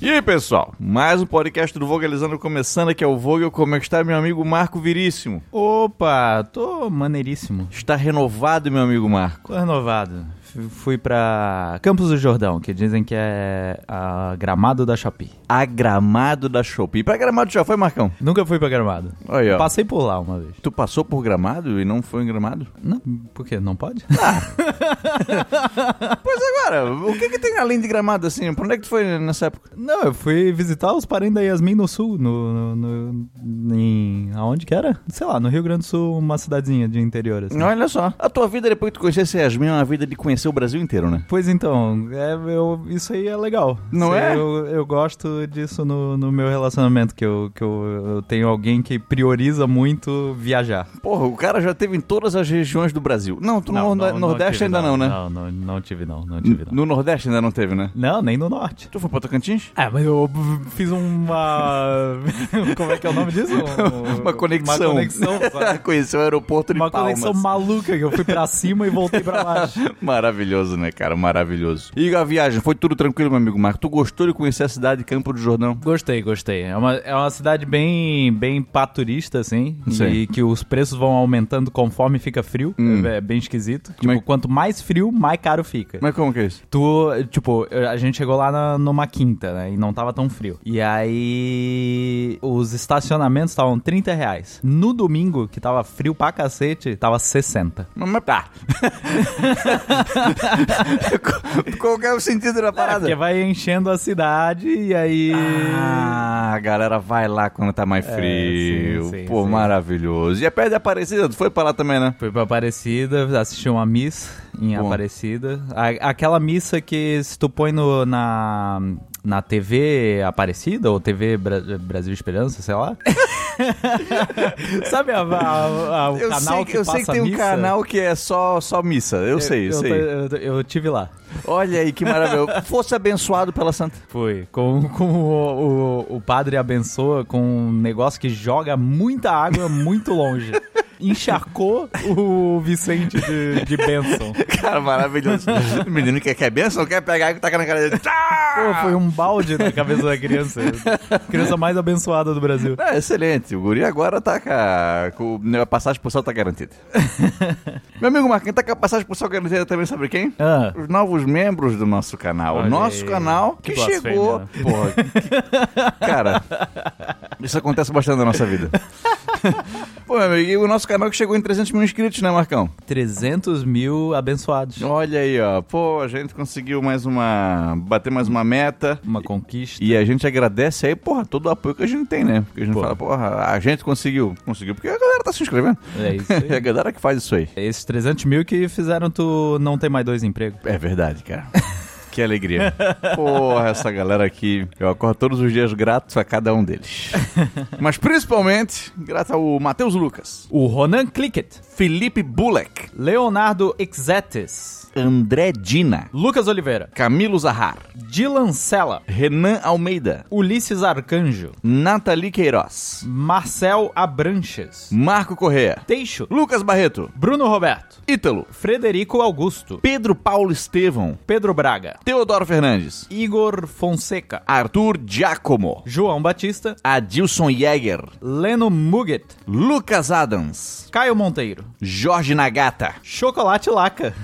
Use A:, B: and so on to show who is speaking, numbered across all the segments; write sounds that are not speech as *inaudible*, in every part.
A: E aí, pessoal? Mais um podcast do Vogalizando começando, aqui é o Vogel. Como é que está, meu amigo Marco Viríssimo?
B: Opa, tô maneiríssimo.
A: Está renovado, meu amigo Marco.
B: Tô renovado. F- Fui pra Campos do Jordão, que dizem que é a Gramado da Chapi.
A: A Gramado da Shopee. Pra Gramado já foi, Marcão?
B: Nunca fui pra Gramado.
A: Aí, ó.
B: Passei por lá uma vez.
A: Tu passou por Gramado e não foi em Gramado?
B: Não, por quê? Não pode?
A: Pois agora, o que que tem além de Gramado, assim? Pra onde é que tu foi nessa época?
B: *laughs* Não, eu fui visitar os parentes da Yasmin no sul, no. no, no- em, aonde que era? Sei lá, no Rio Grande do Sul, uma cidadezinha de interior, assim.
A: Olha só. A tua vida depois que tu conhecer essa Yasmin é uma vida de conhecer o Brasil inteiro, né?
B: Pois então, é, eu- isso aí é legal.
A: Não
B: Isso aí
A: é?
B: Eu, eu gosto disso no, no meu relacionamento, que, eu, que eu, eu tenho alguém que prioriza muito viajar.
A: Porra, o cara já teve em todas as regiões do Brasil. Não, tu no Nord- Nordeste
B: tive,
A: ainda não, né?
B: Não, não, não tive não, não tive não.
A: No Nordeste ainda não teve, né?
B: Não, nem no norte.
A: Tu foi pra Tocantins?
B: É, mas eu fiz uma. *laughs* Como é que é o nome disso?
A: Uma conexão.
B: Uma conexão, sabe?
A: *laughs* Conheceu o aeroporto de
B: Uma
A: Palmas.
B: conexão maluca que eu fui pra cima e voltei pra baixo.
A: *laughs* Maravilhoso, né, cara? Maravilhoso. E a viagem, foi tudo tranquilo, meu amigo Marco? Tu gostou de conhecer a cidade de Campo do Jordão?
B: Gostei, gostei. É uma, é uma cidade bem, bem paturista, assim.
A: Sim.
B: E que os preços vão aumentando conforme fica frio.
A: Hum.
B: É, é bem esquisito.
A: Como
B: Tipo,
A: é que-
B: quanto mais frio, mais caro fica.
A: Mas como que é isso?
B: Tu, tipo, a gente chegou lá na- numa quinta, né? E não tava tão frio. E aí. Os estacionamentos estavam 30 reais. No domingo, que tava frio pra cacete, tava 60.
A: Mas, mas tá. *laughs* Qual que é o sentido da
B: É,
A: parada?
B: porque vai enchendo a cidade e aí.
A: Ah, a galera vai lá quando tá mais frio.
B: É, sim,
A: Pô,
B: sim.
A: maravilhoso. E a Pedra Aparecida, tu foi pra lá também, né?
B: Fui pra Aparecida, assisti uma missa em
A: Bom.
B: Aparecida. A- aquela missa que se tu põe no- na, na TV Aparecida, ou TV Bra- Brasil Esperança, sei lá. *laughs* Sabe a, a- a- o
A: Eu
B: canal
A: sei,
B: que,
A: eu sei que
B: passa
A: tem um
B: missa?
A: canal que é só, só missa. Eu, sei, eu, sei.
B: Eu, eu, eu tive lá.
A: Olha aí que maravilha. Fosse abençoado pela Santa.
B: Fui. Com, com o, o, o padre abençoa com um negócio que joga muita água muito
A: *laughs*
B: longe. Encharcou o Vicente de, de Benson.
A: *laughs* Cara, maravilhoso. O menino quer, quer benção, quer pegar e taca na cara dele. Tá!
B: Pô, foi um balde na cabeça da criança. *laughs* criança mais abençoada do Brasil.
A: Ah, excelente. O guri agora tá com a, com a passagem por sol tá *laughs* garantida. Meu amigo Marquinhos, tá com a passagem por sol garantida também, sabe quem?
B: Ah,
A: Os novos membros do nosso canal.
B: Olha
A: nosso
B: aí.
A: canal que,
B: Que
A: chegou. Porra, que- *laughs* cara, isso acontece bastante na nossa *laughs* vida. Pô, meu amigo, e o nosso canal que chegou em 300 mil inscritos, né, Marcão?
B: 300 mil abençoados.
A: Olha aí, ó. Pô, a gente conseguiu mais uma. bater mais uma meta.
B: Uma conquista.
A: E a gente agradece aí, porra, todo o apoio que a gente tem, né? Porque a gente
B: Pô.
A: fala, porra, a gente conseguiu. Conseguiu porque a galera tá se inscrevendo.
B: É
A: *laughs*
B: isso aí.
A: É a galera que faz isso aí.
B: Esses 300 mil que fizeram tu não ter mais dois empregos.
A: É verdade, cara. *laughs* Que alegria. Porra, essa galera aqui. Eu acordo todos os dias grato a cada um
B: *laughs*
A: deles. Mas principalmente grato ao Matheus Lucas,
B: O Ronan Clickett,
A: Felipe Bulek,
B: Leonardo Exetes,
A: André Dina,
B: Lucas Oliveira,
A: Camilo Zahar,
B: Dylan Sela,
A: Renan Almeida,
B: Ulisses Arcanjo,
A: Nathalie Queiroz,
B: Marcel Abranches,
A: Marco Correa,
B: Teixo,
A: Lucas Barreto,
B: Bruno Roberto,
A: Ítalo,
B: Frederico Augusto,
A: Pedro Paulo Estevão,
B: Pedro Braga,
A: Teodoro Fernandes,
B: Igor Fonseca,
A: Arthur Giacomo,
B: João Batista,
A: Adilson Jäger,
B: Leno Muget,
A: Lucas Adams,
B: Caio Monteiro,
A: Jorge Nagata,
B: Chocolate Laca,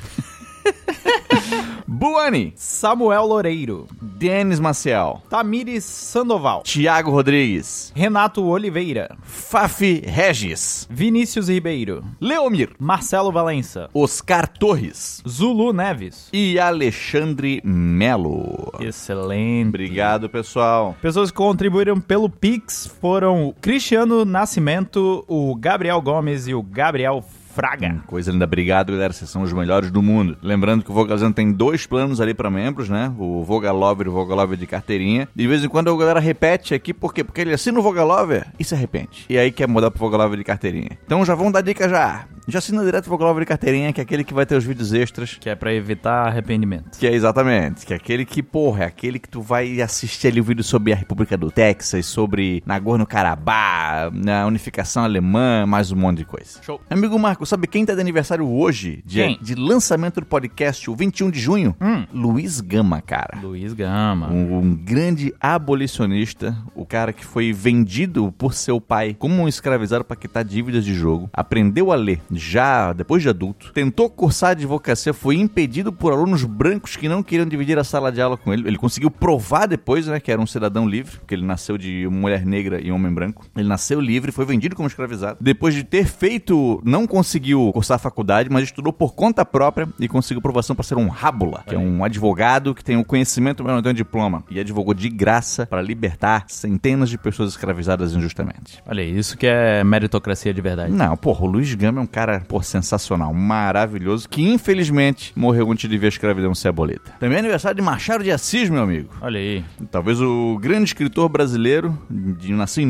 A: Buani,
B: Samuel Loureiro,
A: Denis Maciel,
B: Tamires Sandoval,
A: Tiago Rodrigues,
B: Renato Oliveira,
A: Fafi Regis,
B: Vinícius Ribeiro,
A: Leomir,
B: Marcelo Valença,
A: Oscar Torres
B: Zulu Neves.
A: e Alexandre Melo.
B: Excelente.
A: Obrigado, pessoal.
B: Pessoas que contribuíram pelo Pix foram o Cristiano Nascimento, o Gabriel Gomes e o Gabriel Fraga.
A: Né? Coisa linda, obrigado galera, vocês são os melhores do mundo. Lembrando que o Vogalzando tem dois planos ali pra membros, né? O Vogalover e o Vogalover de carteirinha. De vez em quando a galera repete aqui, por quê? Porque ele assina o Vogalover e se arrepende. E aí quer mudar pro Vogalover de carteirinha. Então já vão dar dica já. Já assina direto o Vogalover de carteirinha, que é aquele que vai ter os vídeos extras.
B: Que é pra evitar arrependimento.
A: Que é exatamente, que é aquele que, porra, é aquele que tu vai assistir ali o vídeo sobre a República do Texas, sobre Nagorno-Karabakh, a unificação alemã, mais um monte de coisa.
B: Show.
A: Amigo Marco, Marco, sabe quem tá de aniversário hoje? De,
B: Quem?
A: de lançamento do podcast, o 21 de junho?
B: Hum.
A: Luiz Gama, cara.
B: Luiz Gama.
A: Um, um grande abolicionista, o cara que foi vendido por seu pai como um escravizado para quitar dívidas de jogo, aprendeu a ler já depois de adulto, tentou cursar advocacia, foi impedido por alunos brancos que não queriam dividir a sala de aula com ele. Ele conseguiu provar depois, né, que era um cidadão livre, porque ele nasceu de mulher negra e um homem branco. Ele nasceu livre, foi vendido como escravizado. Depois de ter feito, não conseguiu cursar a faculdade, mas estudou por conta própria e conseguiu aprovação para ser um rábula, que é um advogado que tem o conhecimento, mas não tem o diploma. E advogou de graça para libertar centenas de pessoas escravizadas injustamente.
B: Olha, isso que é meritocracia de verdade.
A: Não, porra, o Luiz Gama é um cara, pô, sensacional, maravilhoso, que infelizmente morreu antes de ver a escravidão ser abolida. Também é aniversário de Machado de Assis, meu amigo.
B: Olha aí.
A: Talvez o grande escritor brasileiro, de, nasceu em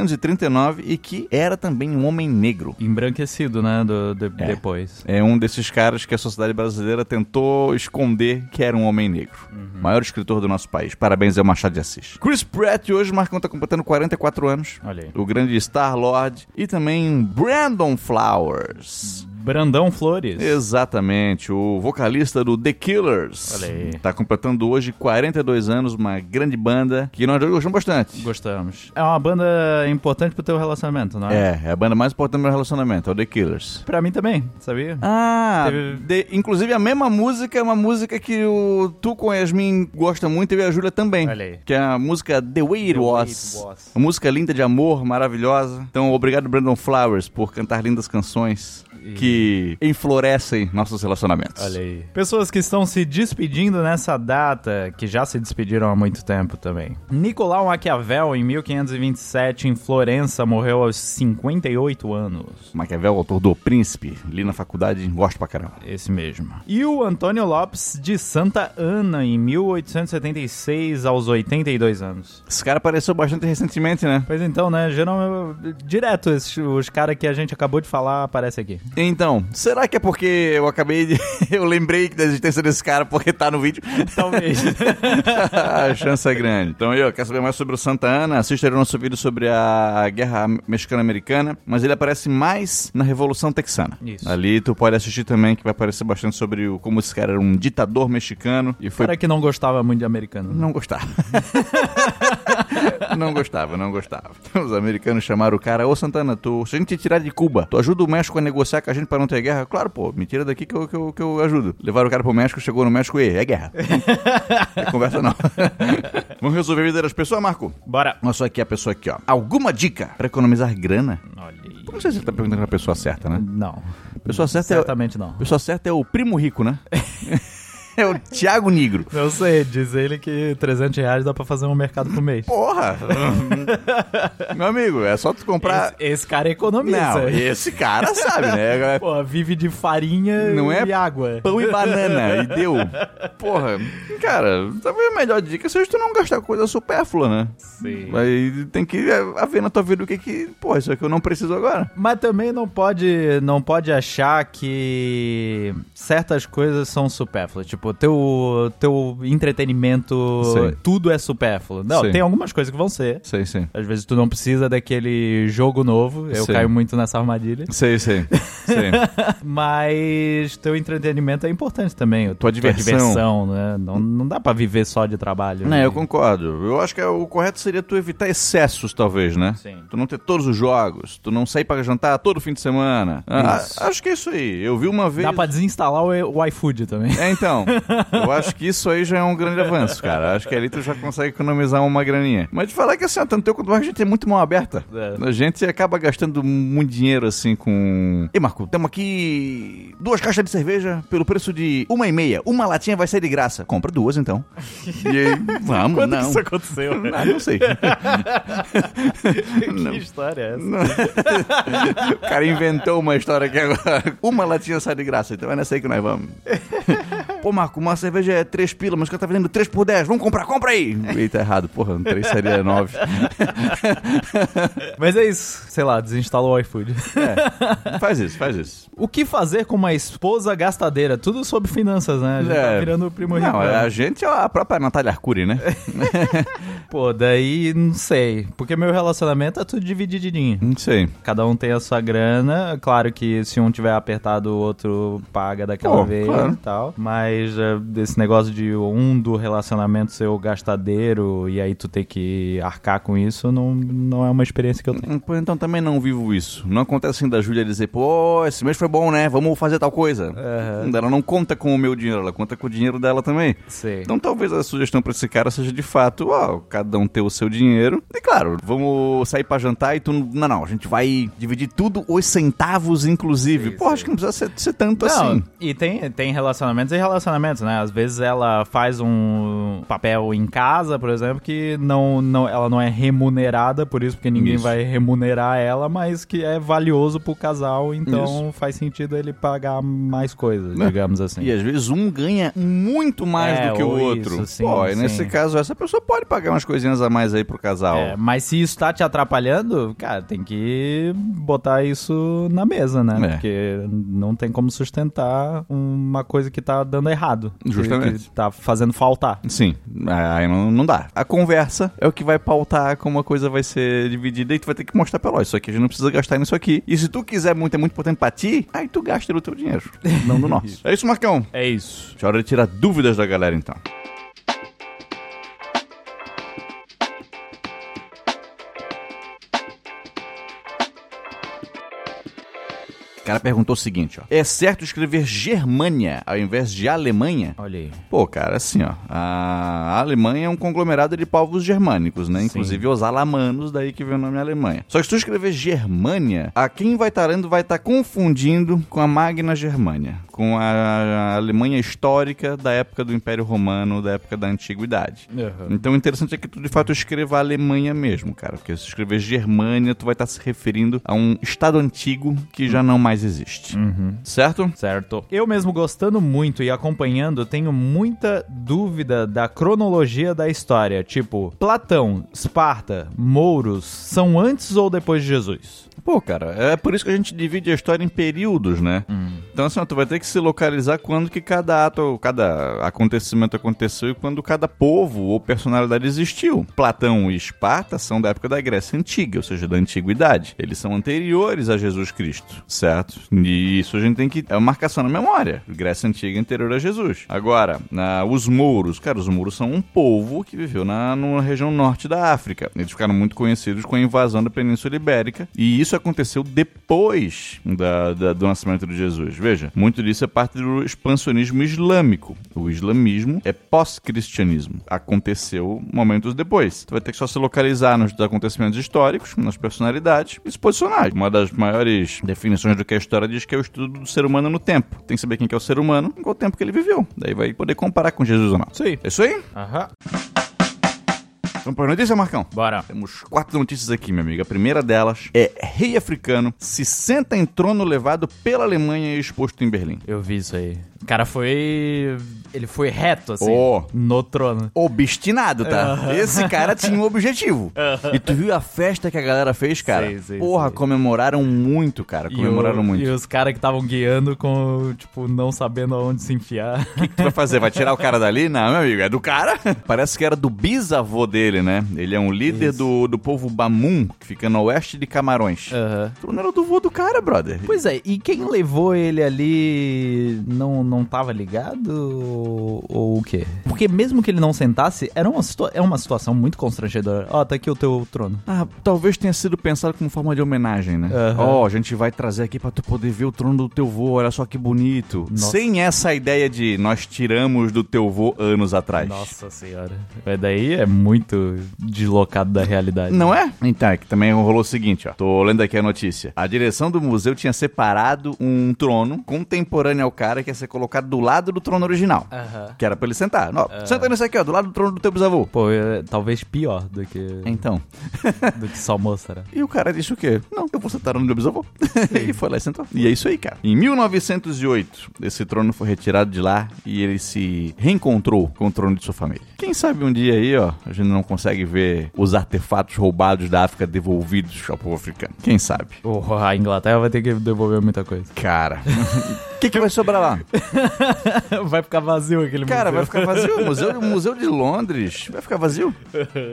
A: 1839 e que era também um homem negro.
B: Embranquecido, né? do- de- Depois.
A: É um desses caras que a sociedade brasileira tentou esconder que era um homem negro.
B: Uhum.
A: Maior escritor do nosso país. Parabéns ao Machado de Assis. Chris Pratt hoje, Marcão tá completando 44 anos.
B: Olha aí.
A: O grande Star-Lord. E também Brandon Flowers.
B: Brandão Flores.
A: Exatamente, o vocalista do The Killers.
B: Olha aí.
A: Tá completando hoje 42 anos, uma grande banda que nós dois gostamos bastante.
B: Gostamos. É uma banda importante pro teu relacionamento, não é?
A: É, é a banda mais importante do meu relacionamento, é o The Killers.
B: Pra mim também, sabia?
A: Ah,
B: Teve-
A: de- inclusive a mesma música é uma música que o tu com a Yasmin gosta muito e eu e a Júlia também.
B: Olha aí.
A: Que é a música The Way It,
B: The Way
A: was.
B: It Was.
A: Uma música linda de amor, maravilhosa. Então, obrigado, Brandon Flowers, por cantar lindas canções que enflorescem nossos relacionamentos.
B: Olha aí. Pessoas que estão se despedindo nessa data, que já se despediram há muito tempo também. Nicolau Maquiavel, em 1527, em Florença, morreu aos 58 anos.
A: Maquiavel, autor do Príncipe, li na faculdade, gosto pra caramba.
B: Esse mesmo. E o Antônio Lopes de Santa Ana, em 1876, aos 82 anos.
A: Esse cara apareceu bastante recentemente, né?
B: Pois então, né? Geral, direto esses- os caras que a gente acabou de falar aparecem aqui.
A: Então, será que é porque eu acabei de. *laughs* eu lembrei da existência desse cara porque tá no vídeo? *laughs*
B: *laughs* Talvez.
A: a chance é grande. Então, eu quer saber mais sobre o Santa Ana? Assista aí o nosso vídeo sobre a Guerra Mexicana-Americana, mas ele aparece mais na Revolução Texana.
B: Isso.
A: Ali tu pode assistir também, que vai aparecer bastante sobre o, como esse cara era um ditador mexicano e foi
B: cara que não gostava muito de americano. né?
A: não gostava. *laughs* não gostava, não gostava. Então, os americanos chamaram o cara, ô Santana, tu, se a gente te tirar de Cuba, tu ajuda o México a negociar com a gente pra não ter guerra? Claro, pô, me tira daqui que eu, que eu, que eu ajudo. Levaram o cara pro México, chegou no México e é guerra. *laughs* é conversa não. *laughs* Vamos resolver a vida das pessoas, Marco?
B: Bora.
A: Olha só aqui a pessoa aqui, ó. Alguma dica pra economizar grana?
B: Olha aí.
A: Não sei se você tá perguntando pra pessoa certa, né?
B: Não.
A: A pessoa certa é, a
B: Certamente não.
A: pessoa certa é o primo rico, né? *laughs* é o Thiago Negro.
B: Eu sei, diz ele que 300 reais dá pra fazer um mercado por mês. *laughs*
A: Porra! Meu amigo, é só tu comprar.
B: Esse, esse cara é economista.
A: Não, esse cara sabe, né?
B: Pô, vive de farinha
A: Não é
B: e água.
A: Pão e banana, e deu. Porra, cara, talvez a melhor dica seja tu não gastar coisa supérflua, né?
B: Sim.
A: Aí tem que é, haver na tua vida o que que. Porra, isso aqui eu não preciso agora.
B: Mas também não pode, não pode achar que certas coisas são supérfluas. Tipo, teu, teu entretenimento,
A: Sim.
B: tudo é supérfluo. Não,
A: Sim.
B: tem algumas coisas que vão ser.
A: Sei, sei.
B: Às vezes tu não precisa daquele jogo novo. Eu
A: Sim.
B: caio muito nessa armadilha.
A: *laughs* Sei,
B: *laughs*
A: sei. sei.
B: Mas teu entretenimento é importante também.
A: Tua diversão.
B: diversão, né? Não, não dá pra viver só de trabalho.
A: Não,
B: né?
A: eu concordo. Eu acho que é- o correto seria tu evitar excessos, talvez, né?
B: Sim.
A: Tu não ter todos os jogos, tu não sair pra jantar todo fim de semana. Ah,
B: Isso.
A: acho que é isso aí. Eu vi uma vez.
B: Dá pra desinstalar o, o iFood também.
A: *laughs* É, então. Eu acho que isso aí já é um grande avanço, cara. Acho que ali tu já consegue economizar uma graninha. Mas de falar que assim, ó, tanto eu quanto o Marco, a gente é muito mão aberta.
B: É.
A: A gente acaba gastando muito dinheiro assim com. Ei, Marco, temos aqui duas caixas de cerveja pelo preço de uma e meia. Uma latinha vai ser de graça. Compra duas então. E aí, vamos,
B: Quando
A: não.
B: que isso é? *laughs* aconteceu?
A: Ah, não sei. Não.
B: que história é essa?
A: Não. o cara inventou uma história aqui agora. Uma latinha sai de graça, então é nessa aí que nós vamos. Pô, Marco, uma cerveja é 3 pila, mas o cara tá vendendo 3 por 10. Vamos comprar, compra aí! Eita, é errado, porra, 3 seria 9.
B: Mas é isso. Sei lá, desinstalou o iFood. *laughs*
A: Faz isso, faz isso.
B: o que fazer com uma esposa gastadeira? Tudo sobre finanças, né? A gente tá
A: É.
B: virando o primo
A: Não,
B: rico. né?
A: a gente é a própria Natália Arcuri, né?
B: Pô, daí não sei. Porque meu relacionamento é tudo divididinho.
A: Não sei.
B: Cada um tem a sua grana. Claro que se um tiver apertado, o outro paga daquela
A: Pô,
B: vez
A: claro.
B: e tal. Mas eh, esse negócio de um do relacionamento ser o gastadeiro e aí tu ter que arcar com isso não, não é uma experiência que eu tenho.
A: Hum, Pô, então também não vivo isso. Não acontece assim da Júlia dizer, pô, esse mês foi bom, né? Vamos fazer tal coisa.
B: Aham.
A: Hum, Ela não conta com o meu dinheiro, ela conta com o dinheiro dela também.
B: Sei.
A: Então talvez a sugestão pra esse cara seja de fato, ó, cada um ter o seu dinheiro. E claro, vamos sair pra jantar e tu não, não, não, a gente vai dividir tudo os centavos inclusive.
B: Sim,
A: Porra,
B: sim.
A: acho que não precisa ser, ser tanto
B: Não,
A: assim.
B: E tem, tem relacionamentos e relacionamentos, né? Às vezes ela faz um papel em casa, por exemplo, que não, não, ela não é remunerada por isso, porque ninguém
A: Isso.
B: vai remunerar ela, mas que é valioso pro casal, então faz sentido ele pagar mais coisas,
A: Né?
B: digamos assim.
A: E às vezes um ganha muito mais
B: É,
A: do que o
B: ou
A: outro.
B: isso, sim,
A: Pô, e
B: sim.
A: nesse caso, essa pessoa pode pagar umas coisinhas a mais aí pro casal.
B: É, mas se isso tá te atrapalhando, cara, tem que botar isso na mesa, né?
A: É.
B: Porque não tem como sustentar uma coisa que tá dando errado. que-
A: Justamente.
B: que tá fazendo faltar.
A: Sim, aí não, não dá. A conversa é o que vai pautar como a coisa vai ser dividida e tu vai ter que mostrar pra ela, ó, isso aqui a gente não precisa gastar nisso aqui. E se tu quiser muito, é muito importante pra ti, aí tu gasta do teu dinheiro, não do nosso. é isso, Marcão.
B: É isso.
A: Já é hora de tirar dúvidas da galera, então. O cara perguntou o seguinte, ó. É certo escrever Germânia ao invés de Alemanha?
B: Olha aí.
A: Pô, cara, assim, ó. A Alemanha é um conglomerado de povos germânicos, né? Inclusive os alamanos, daí que vem o nome Alemanha. Só que se tu escrever Germânia, a quem vai estar lendo vai estar confundindo com a Magna Germânia, com a Alemanha histórica da época do Império Romano, da época da Antiguidade. Então o interessante é que tu de fato escreva a Alemanha mesmo, cara. Porque se tu escrever Germânia, tu vai estar se referindo a um estado antigo que já não mais existe. Certo?
B: Certo. Eu mesmo gostando muito e acompanhando, tenho muita dúvida da cronologia da história. Tipo, Platão, Esparta, Mouros são antes ou depois de Jesus?
A: Pô, cara, é por isso que a gente divide a história em períodos, né? Então, assim, ó, tu vai ter que se localizar quando que cada ato, cada acontecimento aconteceu e quando cada povo ou personalidade existiu. Platão e Esparta são da época da Grécia Antiga, ou seja, da Antiguidade. Eles são anteriores a Jesus Cristo, certo? E isso a gente tem que... É uma marcação na memória. Grécia Antiga anterior a Jesus. Agora, na- os mouros. Cara, os mouros são um povo que viveu na, numa região norte da África. Eles ficaram muito conhecidos com a invasão da Península Ibérica. E isso aconteceu depois da- da- do nascimento de Jesus. Veja, muito disso é parte do expansionismo islâmico. O islamismo é pós-cristianismo. Aconteceu momentos depois. Tu vai ter que só se localizar nos acontecimentos históricos, nas personalidades e se posicionar. Uma das maiores definições do que é história diz que é o estudo do ser humano no tempo. Tem que saber quem que é o ser humano em qual tempo que ele viveu. Daí vai poder comparar com Jesus ou não.
B: Isso aí.
A: É isso aí?
B: Aham.
A: Vamos para notícia, Marcão?
B: Bora.
A: Temos quatro notícias aqui, meu amigo. A primeira delas é rei africano se senta em trono levado pela Alemanha e exposto em Berlim.
B: Eu vi isso aí. O cara foi. Ele foi reto, assim.
A: Oh.
B: No trono.
A: Obstinado, tá? Esse cara tinha um
B: *laughs*
A: objetivo. E tu viu a festa que a galera fez, cara?
B: Sei, sei,
A: Porra,
B: sei.
A: comemoraram muito, cara.
B: E
A: Comemoraram
B: o-
A: muito.
B: E os caras que estavam guiando com, tipo, não sabendo aonde se enfiar.
A: O que, que tu vai fazer? Vai tirar o cara dali? Não, meu amigo, é do cara. *laughs* Parece que era do bisavô dele, né? Ele é um líder do, do povo Bamum, que fica no oeste de Camarões.
B: *laughs* Aham.
A: Tu não era do vô do cara, brother.
B: É. Pois é, e quem levou ele ali não, não tava ligado ou, ou o quê? Porque mesmo que ele não sentasse, era uma situa- é uma situação muito constrangedora. Ó, tá aqui o teu trono.
A: Ah, talvez tenha sido pensado como forma de homenagem, né?
B: Aham.
A: Ó, a gente vai trazer aqui pra tu poder ver o trono do teu vô, olha só que bonito.
B: Nossa.
A: Sem essa ideia de nós tiramos do teu vô anos atrás.
B: Nossa senhora. Mas daí é muito deslocado da realidade.
A: Não é? Então, é que também rolou o seguinte, ó. Tô lendo aqui a notícia. A direção do museu tinha separado um trono contemporâneo ao cara que ia ser colocado do lado do trono original.
B: Aham.
A: Que era pra ele sentar. Ó,
B: É.
A: Senta nesse aqui, ó, do lado do trono do teu bisavô.
B: Pô, é, talvez pior do que,
A: Então,
B: do que só moça, né?
A: E o cara disse o quê? Não, eu vou sentar no meu bisavô. *laughs* e foi lá e sentou. E é isso aí, cara. Em 1908, esse trono foi retirado de lá e ele se reencontrou com o trono de sua família. Quem sabe um dia aí, ó, a gente não consegue ver os artefatos roubados da África devolvidos ao povo africano. Quem sabe?
B: Oh, a Inglaterra vai ter que devolver muita coisa.
A: Cara, que, que vai sobrar lá?
B: vai ficar vazio aquele
A: Cara, vai
B: museu.
A: ficar vazio? O museu, o museu de Londres vai ficar vazio?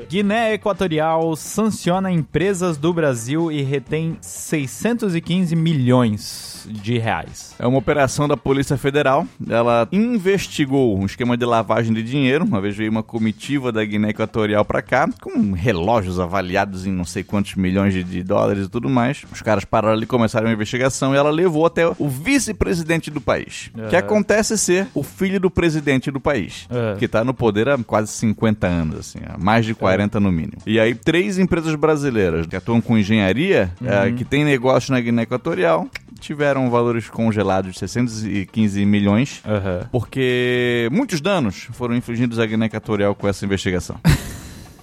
B: Guiné Equatorial sanciona empresas do Brasil e retém 615 milhões de reais.
A: É uma operação da Polícia Federal. Ela investigou um esquema de lavagem de dinheiro. Uma vez veio uma comitiva da Guiné Equatorial pra cá, com relógios avaliados em não sei quantos milhões de, de dólares e tudo mais. Os caras pararam ali, começaram a investigação e ela levou até o vice-presidente do país, que
B: Aham.
A: acontece é ser o filho do presidente do país,
B: Aham.
A: que tá no poder há quase 50 anos, assim, há mais de 40 no mínimo. E aí, três empresas brasileiras que atuam com engenharia, eh, que tem negócio na Guiné Equatorial, tiveram valores congelados de 615 milhões,
B: Aham.
A: porque muitos danos foram infligidos à Guiné Equatorial com essa investigação. É.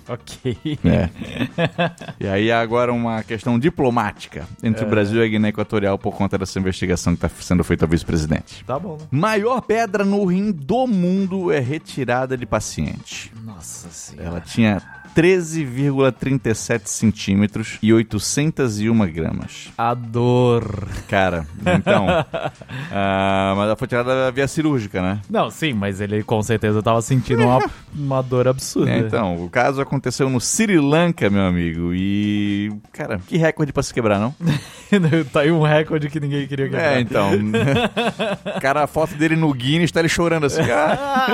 B: Ok. *laughs*
A: e aí agora uma questão diplomática entre o Brasil e a Guiné Equatorial por conta dessa investigação que está sendo feita ao vice-presidente.
B: Tá bom. né?
A: Maior pedra no rim do mundo é retirada de paciente.
B: Nossa senhora.
A: Ela tinha 13,37 centímetros e 801 gramas.
B: A dor.
A: Cara, *laughs* então. ah, mas ela foi tirada via cirúrgica, né?
B: Não, sim, mas ele com certeza tava
A: *laughs*
B: sentindo uma, uma dor absurda.
A: É, então, o caso aconteceu no Sri Lanka, meu amigo. E. Cara, que recorde pra se quebrar, não?
B: *laughs* tá aí um recorde que ninguém queria quebrar.
A: É, *laughs* então. cara, a foto dele no Guinness tá ele chorando assim. Ah.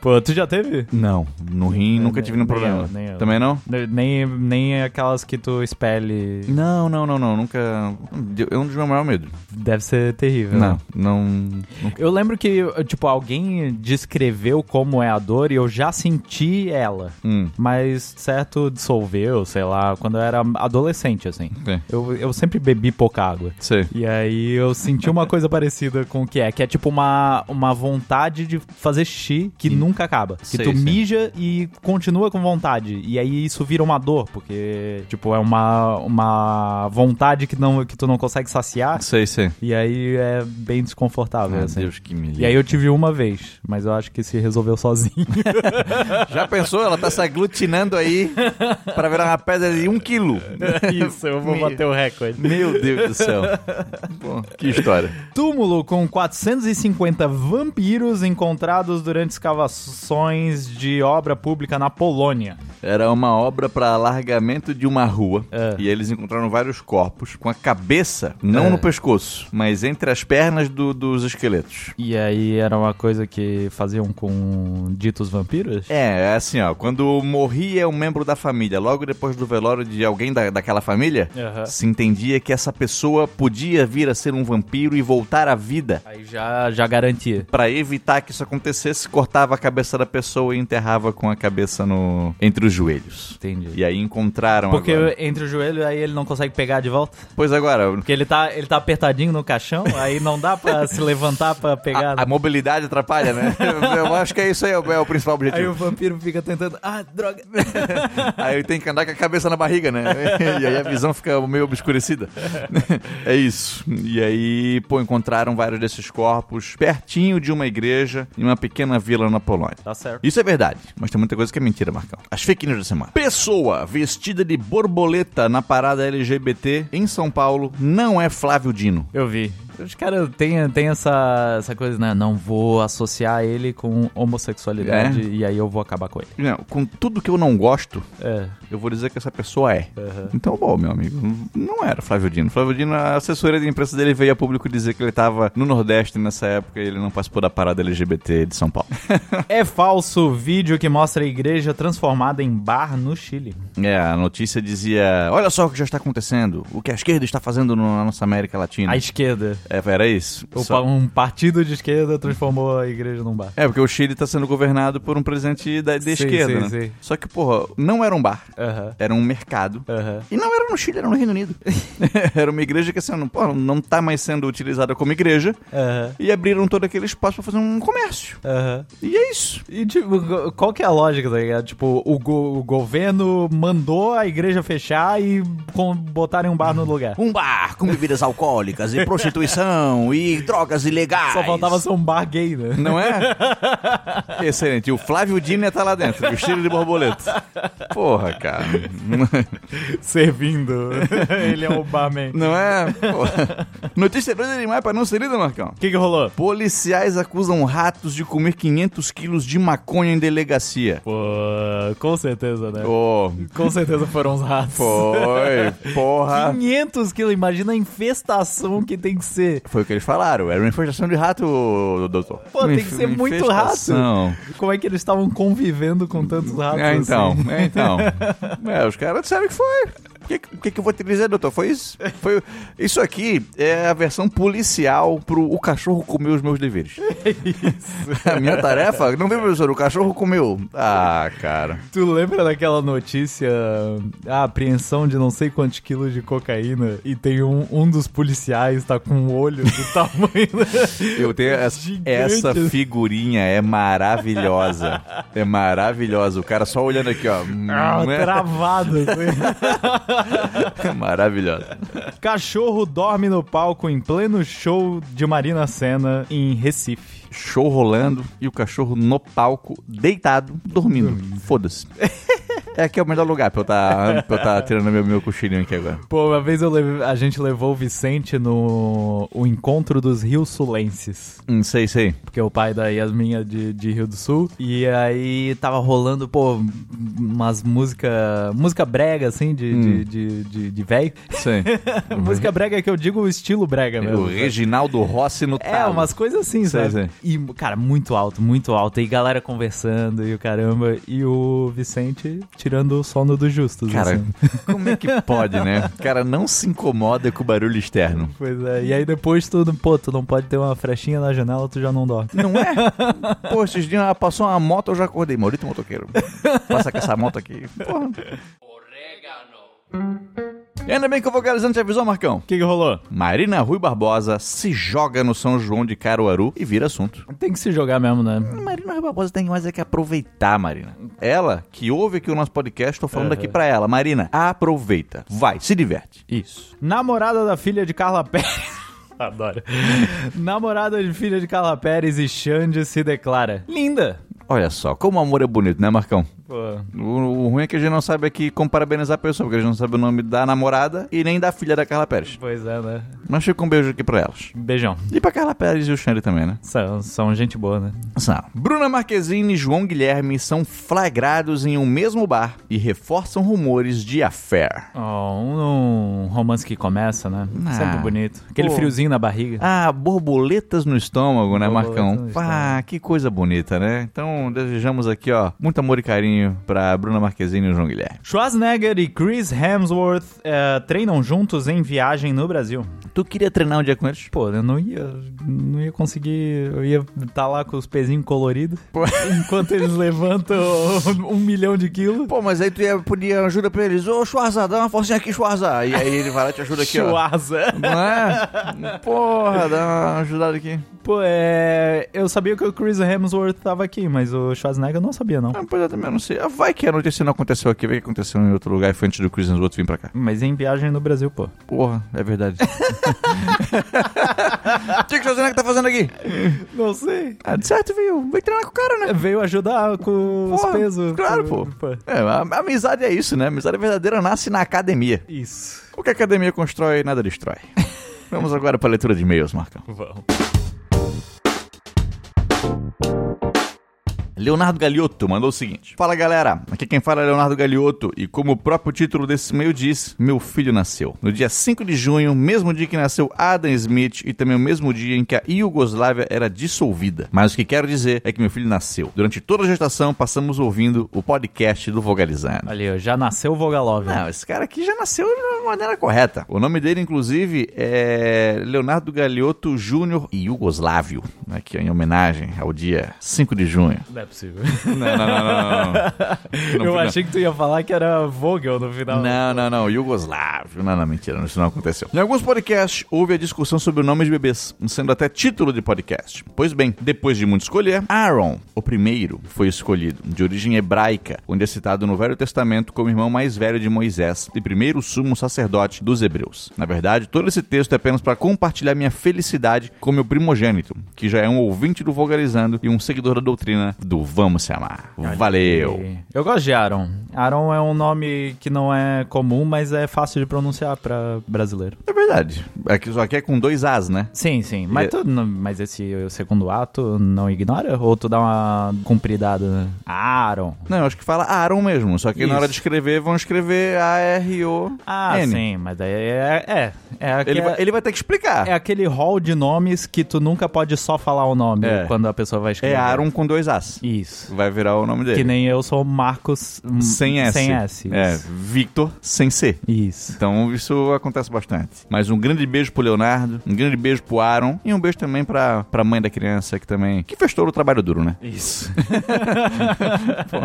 B: Pô, tu já teve?
A: Não, no rim nunca tive nenhum
B: Nem eu,
A: problema.
B: nem eu.
A: Também não?
B: Nem, nem aquelas que tu espelhe.
A: Não, não, não, não. Nunca. É um dos meus maiores medos.
B: Deve ser terrível.
A: Não, não.
B: Eu lembro que, tipo, alguém descreveu como é a dor e eu já senti ela.
A: Hum.
B: Mas, certo, dissolveu, sei lá, quando eu era adolescente, assim.
A: Sim.
B: Eu, eu sempre bebi pouca água.
A: é. Sei.
B: E aí eu senti uma coisa parecida com o que é, que é tipo uma, uma vontade de fazer xixi que nunca acaba. Que
A: Sei,
B: tu
A: sei.
B: mija e continua com vontade. E aí isso vira uma dor, porque, tipo, é uma, uma vontade que, não, que tu não consegue saciar.
A: Sei, sei.
B: E aí é bem desconfortável,
A: Meu
B: assim.
A: Ah, Deus, que me
B: E aí eu tive uma vez, mas eu acho que se
A: *laughs*
B: resolveu sozinho.
A: Já pensou? Ela tá se aglutinando aí pra virar uma pedra de um quilo.
B: Isso, eu
A: vou bater
B: o recorde.
A: Meu Deus do céu. Pô, que história.
B: Túmulo com 450 vampiros encontrados durante escavações de obra pública na Polônia.
A: Era uma obra para alargamento de uma rua.
B: É.
A: E eles encontraram vários corpos com a cabeça, não
B: É.
A: no pescoço, mas entre as pernas do- dos esqueletos.
B: E aí era uma coisa que faziam com ditos vampiros?
A: É, é assim, ó. Quando morria um membro da família, logo depois do velório de alguém da, daquela família,
B: Aham.
A: se entendia que essa pessoa podia vir a ser um vampiro e voltar à vida.
B: Aí já, já garantia.
A: Pra evitar que isso acontecesse, cortava a cabeça da pessoa e enterrava com a cabeça no entre os joelhos.
B: Entendi.
A: E aí encontraram
B: Porque
A: agora.
B: entre o joelho aí ele não consegue pegar de volta?
A: Pois agora,
B: Porque ele tá, ele tá apertadinho no caixão, aí não dá *laughs* pra se levantar pra pegar.
A: a, a mobilidade atrapalha,
B: *laughs*
A: né? Eu acho que é isso aí, é o, é o principal
B: Aí o
A: objetivo.
B: vampiro fica tentando. Ah, droga!
A: Aí ele tem que andar com a cabeça na barriga, né? E aí a visão fica meio
B: *laughs*
A: obscurecida. É isso. E aí, pô, encontraram vários desses corpos pertinho de uma igreja em uma pequena vila na Polônia.
B: Tá *laughs* certo.
A: Isso é verdade, mas tem muita coisa que é mentira, Marcão. As fake news da semana. Pessoa vestida de borboleta na parada LGBT em São Paulo não é Flávio Dino.
B: Eu vi. Os caras têm tem essa, essa coisa, né? Não vou associar ele com homossexualidade
A: É.
B: e aí eu vou acabar com ele.
A: Não, com tudo que eu não gosto,
B: É.
A: eu vou dizer que essa pessoa é.
B: Aham.
A: Então, bom, meu amigo, não era Flávio Dino. Flávio Dino, a assessoria de imprensa dele veio a público dizer que ele tava no Nordeste nessa época e ele não participou da parada LGBT de São Paulo. *laughs*
B: É falso vídeo que mostra a igreja transformada em bar no Chile.
A: é, a notícia dizia: olha só o que já está acontecendo, o que a esquerda está fazendo no- na nossa América Latina.
B: A esquerda.
A: É, era isso.
B: O
A: Só-
B: pa- Um partido de esquerda transformou a igreja num bar.
A: É, porque o Chile tá sendo governado por um presidente da, de
B: Sim,
A: esquerda,
B: sim,
A: né?
B: sim.
A: Só que, porra, não era um bar,
B: Aham.
A: era um mercado.
B: Aham.
A: E não era no Chile, era no Reino
B: *laughs*
A: Unido. era uma igreja que, assim, não, porra, não tá mais sendo utilizada como igreja.
B: Aham.
A: E abriram todo aquele espaço pra fazer um comércio.
B: Aham.
A: E é isso.
B: E tipo, go- qual que é a lógica, tá ligado? Tipo, o, go- o governo mandou a igreja fechar e com- botarem um bar no lugar.
A: *laughs* Um bar com bebidas alcoólicas e prostituição e drogas ilegais.
B: Só faltava ser um bar gay, né?
A: *laughs* Não é? Excelente. E o Flávio Dina tá lá dentro, vestido de borboleta. Porra, cara. *laughs*
B: Servindo. Ele é o barman.
A: Não é? Porra. Notícia doida demais pra não ser lida, Marcão.
B: O que que rolou?
A: Policiais acusam ratos de comer 500 quilos de maconha em delegacia.
B: Pô, com certeza, né?
A: Pô,
B: Com certeza foram os ratos.
A: foi, porra.
B: 500 quilos, imagina a infestação que tem que ser.
A: Foi o que eles falaram, era uma infestação de rato, doutor.
B: Pô, tem que
A: Uma
B: ser
A: inf-
B: muito
A: infestação.
B: Como é que eles estavam convivendo com tantos ratos
A: É, então,
B: assim?
A: é,
B: *laughs*
A: então. É, os caras disseram que foi. O que, que, que eu vou te dizer, doutor? Foi isso? Foi, isso aqui é a versão policial pro o cachorro comeu os meus deveres.
B: *laughs*
A: *laughs*
B: É
A: A minha tarefa? Não vem, professor, o cachorro comeu. Ah, cara.
B: Tu lembra daquela notícia, a apreensão de não sei quantos quilos de cocaína e tem um, um dos policiais tá com um olho do *laughs* tamanho... né?
A: Eu tenho essa,
B: Gigante. assim.
A: essa figurinha é maravilhosa. É maravilhosa. O cara só olhando aqui, ó.
B: Ah,
A: Não é?
B: travado. assim.
A: *laughs* Maravilhosa.
B: Cachorro dorme no palco em pleno show de Marina Senna em Recife.
A: Show rolando e o cachorro no palco, deitado, dormindo. Foda-se. É aqui é o melhor lugar pra eu tá, pra eu tá tirando meu, meu cochilinho aqui agora.
B: Pô, uma vez eu leve- a gente levou o Vicente no o encontro dos Rios Sulenses.
A: Hum, sei, sei.
B: porque o pai da Yasmin é de, de Rio do Sul. E aí tava rolando, pô, umas música. música brega, assim, de, de, de, de, de véio.
A: Sei.
B: *laughs* música brega é que eu digo É, o estilo brega
A: O
B: mesmo. tá?
A: Reginaldo Rossi no
B: É,
A: talo.
B: umas coisas assim,
A: Sei,
B: sabe? E, cara, muito alto, muito alto. E galera conversando e o caramba. E o Vicente tirando o sono dos justos.
A: Cara,
B: assim.
A: como é que pode, né? O cara não se incomoda com o barulho externo.
B: Pois é. E aí depois tu, pô, tu não pode ter uma frechinha na janela, tu já não dorme.
A: Não é? Pô, esses dias ela passou uma moto, eu já acordei. Maurício é Motoqueiro. Passa com essa moto aqui. Porra. E ainda bem que o vocalizante te avisou, Marcão.
B: O que, que rolou?
A: Marina Rui Barbosa se joga no São João de Caruaru e vira assunto.
B: Tem que se jogar mesmo, né?
A: Marina Rui Barbosa tem mais é que aproveitar, Marina. Ela, que ouve aqui o nosso podcast, tô falando aqui pra ela. Marina, aproveita. Vai, se diverte.
B: Isso. Namorada da filha de Carla Pérez. *laughs* Adoro. Namorada de filha de Carla Pérez e Xande se declara. Linda!
A: Olha só, como o amor é bonito, né, Marcão?
B: Pô,
A: O, o ruim é que a gente não sabe aqui como parabenizar a pessoa, porque a gente não sabe o nome da namorada e nem da filha da Carla Pérez.
B: pois é, né?
A: Mas fica um beijo aqui pra elas.
B: Beijão.
A: E pra Carla Pérez e o Xande também, né?
B: São, são gente boa, né?
A: São. Bruna Marquezine e João Guilherme são flagrados em um mesmo bar e reforçam rumores de affair.
B: Ó, um, um romance que começa, né?
A: Ah,
B: Sempre bonito. Aquele
A: pô.
B: friozinho na barriga.
A: Ah, borboletas no estômago, né,
B: Borboletas
A: Marcão?
B: no estômago.
A: Ah, que coisa bonita, né? Então, desejamos aqui, ó, muito amor e carinho pra Bruna Marquezine e o João Guilherme.
B: Schwarzenegger e Chris Hemsworth eh, treinam juntos em viagem no Brasil.
A: Tu queria treinar um dia com eles?
B: Pô, eu não ia, não ia conseguir. Eu ia estar lá com os pezinhos coloridos. *laughs* Enquanto eles levantam um milhão de quilos.
A: Pô, mas aí tu ia pedir ajuda pra eles. Ô, Schwarza, dá uma forcinha aqui, Schwarza. E aí ele vai lá e te ajuda aqui, ó.
B: Chuaza.
A: Não é? Porra, dá uma ajudada aqui.
B: Pô, é. Eu sabia que o Chris Hemsworth tava aqui, mas o Schwarzenegger eu não sabia, não.
A: Ah, pois eu também não sei. Ah, Vai que a notícia não aconteceu aqui, vai que aconteceu em outro lugar e foi antes do Chris Hemsworth vir pra cá.
B: Mas em viagem no Brasil, pô.
A: Porra, é *laughs* verdade. O que que o Schwarzenegger tá fazendo aqui?
B: Não sei.
A: Ah, de certo, viu? Vem treinar com o cara, né?
B: Veio ajudar com os
A: Porra,
B: pesos.
A: claro,
B: com-
A: pô. É, a, a amizade é isso, né? A amizade verdadeira nasce na academia.
B: Isso.
A: O que a academia constrói, nada *laughs* destrói. Vamos agora pra leitura de e-mails, Marcão.
B: Vamos.
A: Leonardo Galiotto mandou o seguinte: Fala galera, aqui quem fala é Leonardo Galiotto e como o próprio título desse e-mail diz, meu filho nasceu. No dia 5 de junho, mesmo dia que nasceu Adam Smith e também o mesmo dia em que a Iugoslávia era dissolvida. Mas o que quero dizer é que meu filho nasceu. Durante toda a gestação, passamos ouvindo o podcast do Vogalizando.
B: Olha, aí, ó, já nasceu o Vogalov.
A: Não, esse cara aqui já nasceu da maneira correta. O nome dele, inclusive, é Leonardo Galiotto Júnior e Iugoslávio, né, que é em homenagem ao dia 5 de junho.
B: Não é possível.
A: Não, não, não, não. não. Não,
B: eu
A: não.
B: achei que tu ia falar que era Vogel no final.
A: Não, não, não. Iugoslávio. Não, não, mentira. Isso não aconteceu. Em alguns podcasts, houve a discussão sobre o nome de bebês, sendo até título de podcast. Pois bem, depois de muito escolher, Aaron, o primeiro, foi escolhido, de origem hebraica, onde é citado no Velho Testamento como irmão mais velho de Moisés e primeiro sumo sacerdote sacerdote dos hebreus. Na verdade, todo esse texto é apenas para compartilhar minha felicidade com meu primogênito, que já é um ouvinte do Vogalizando e um seguidor da doutrina do Vamos Se Amar. Valeu!
B: Eu gosto de Aaron. Aaron é um nome que não é comum, mas é fácil de pronunciar pra brasileiro.
A: É verdade. É que só que é com dois As, né?
B: Sim, sim. Mas, tu não- mas esse segundo A tu não ignora? Ou tu dá uma compridada? né? Aaron.
A: Não, eu acho que fala Aaron mesmo, só que
B: Isso.
A: na hora de escrever vão escrever A-R-O-N.
B: Ah, sim, mas daí é. É, é, aque-
A: Ele, vai- ele vai ter que explicar.
B: é aquele hall de nomes que tu nunca pode só falar o nome
A: É.
B: quando a pessoa vai escrever.
A: É Aaron com dois As.
B: Isso.
A: Vai virar o nome dele.
B: Que nem eu sou Marcos hum,
A: Sem S.
B: É. Sem S.
A: É,
B: isso.
A: Victor sem C.
B: Isso.
A: Então isso acontece bastante. Mas um grande beijo pro Leonardo, um grande beijo pro Aaron e um beijo também pra, pra mãe da criança que também. Que fez todo o trabalho duro, né?
B: *laughs* Isso.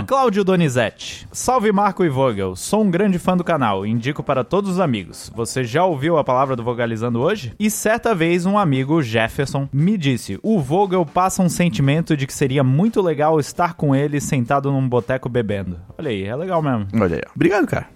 B: Cláudio Donizete. Salve Marco e Vogel. Sou um grande fã do canal. Indico para todos os amigos. Você já ouviu a palavra do Vogalizando hoje? E certa vez um amigo, Jefferson, me disse: o Vogel passa um sentimento de que seria muito legal estar com ele sentado num boteco bebendo. Olha aí, é legal mesmo.
A: Olha aí. ó. Obrigado, cara.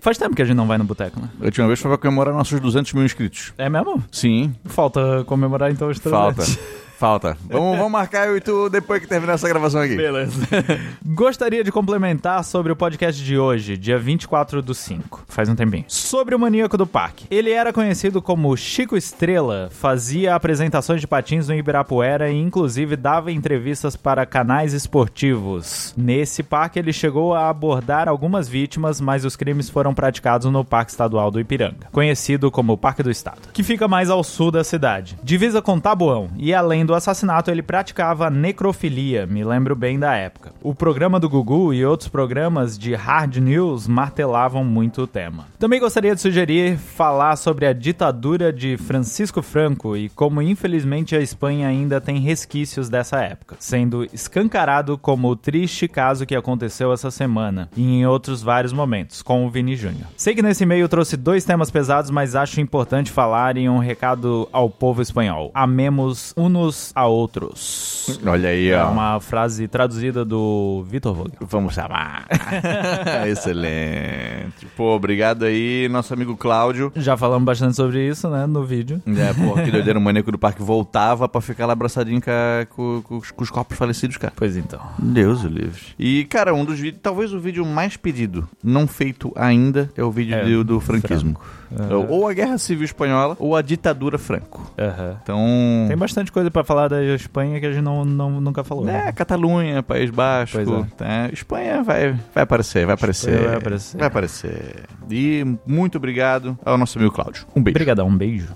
B: Faz tempo que a gente não vai no boteco, né?
A: A última vez foi pra comemorar nossos 200 mil inscritos.
B: É mesmo?
A: Sim,
B: Falta comemorar então os
A: falta.
B: 300.
A: Falta. Vamos, vamos marcar eu e tu depois que terminar essa gravação aqui.
B: Beleza. *laughs* Gostaria de complementar sobre o podcast de hoje, dia 24 do 5. Faz um tempinho. Sobre o maníaco do parque. Ele era conhecido como Chico Estrela, fazia apresentações de patins no Ibirapuera e inclusive dava entrevistas para canais esportivos. Nesse parque ele chegou a abordar algumas vítimas, mas os crimes foram praticados no Parque Estadual do Ipiranga, conhecido como Parque do Estado, que fica mais ao sul da cidade. Divisa com Taboão, e além do assassinato, ele praticava necrofilia, me lembro bem da época. O programa do Gugu e outros programas de hard news martelavam muito o tema. Também gostaria de sugerir falar sobre a ditadura de Francisco Franco e como infelizmente a Espanha ainda tem resquícios dessa época, sendo escancarado como o triste caso que aconteceu essa semana e em outros vários momentos, com o Vini Júnior. Sei que nesse e-mail trouxe dois temas pesados, mas acho importante falar em um recado ao povo espanhol. Amemos unos a outros.
A: Olha aí,
B: É
A: ó.
B: uma frase traduzida do Vitor Vogel.
A: Vamos chamar. *laughs* Excelente. Pô, obrigado aí, nosso amigo Cláudio.
B: Já falamos bastante sobre isso, né, no vídeo.
A: É, porra, que doideira, o maníaco do parque voltava pra ficar lá abraçadinho com, a- com- com os- com os corpos falecidos, cara.
B: Pois então.
A: Deus o livre. E, cara, um dos vídeos, talvez o vídeo mais pedido, não feito ainda, é o vídeo
B: É,
A: do, do franquismo. Ou- Ou a Guerra Civil Espanhola, ou a ditadura Franco.
B: Aham.
A: Então.
B: Tem bastante coisa pra falar da Espanha que a gente não, não- nunca falou.
A: É, Catalunha, País Basco.
B: Pois é.
A: tá? Espanha vai, vai aparecer, vai aparecer.
B: vai aparecer.
A: Vai aparecer. E muito obrigado ao nosso amigo Cláudio. Um beijo.
B: Obrigadão, um beijo.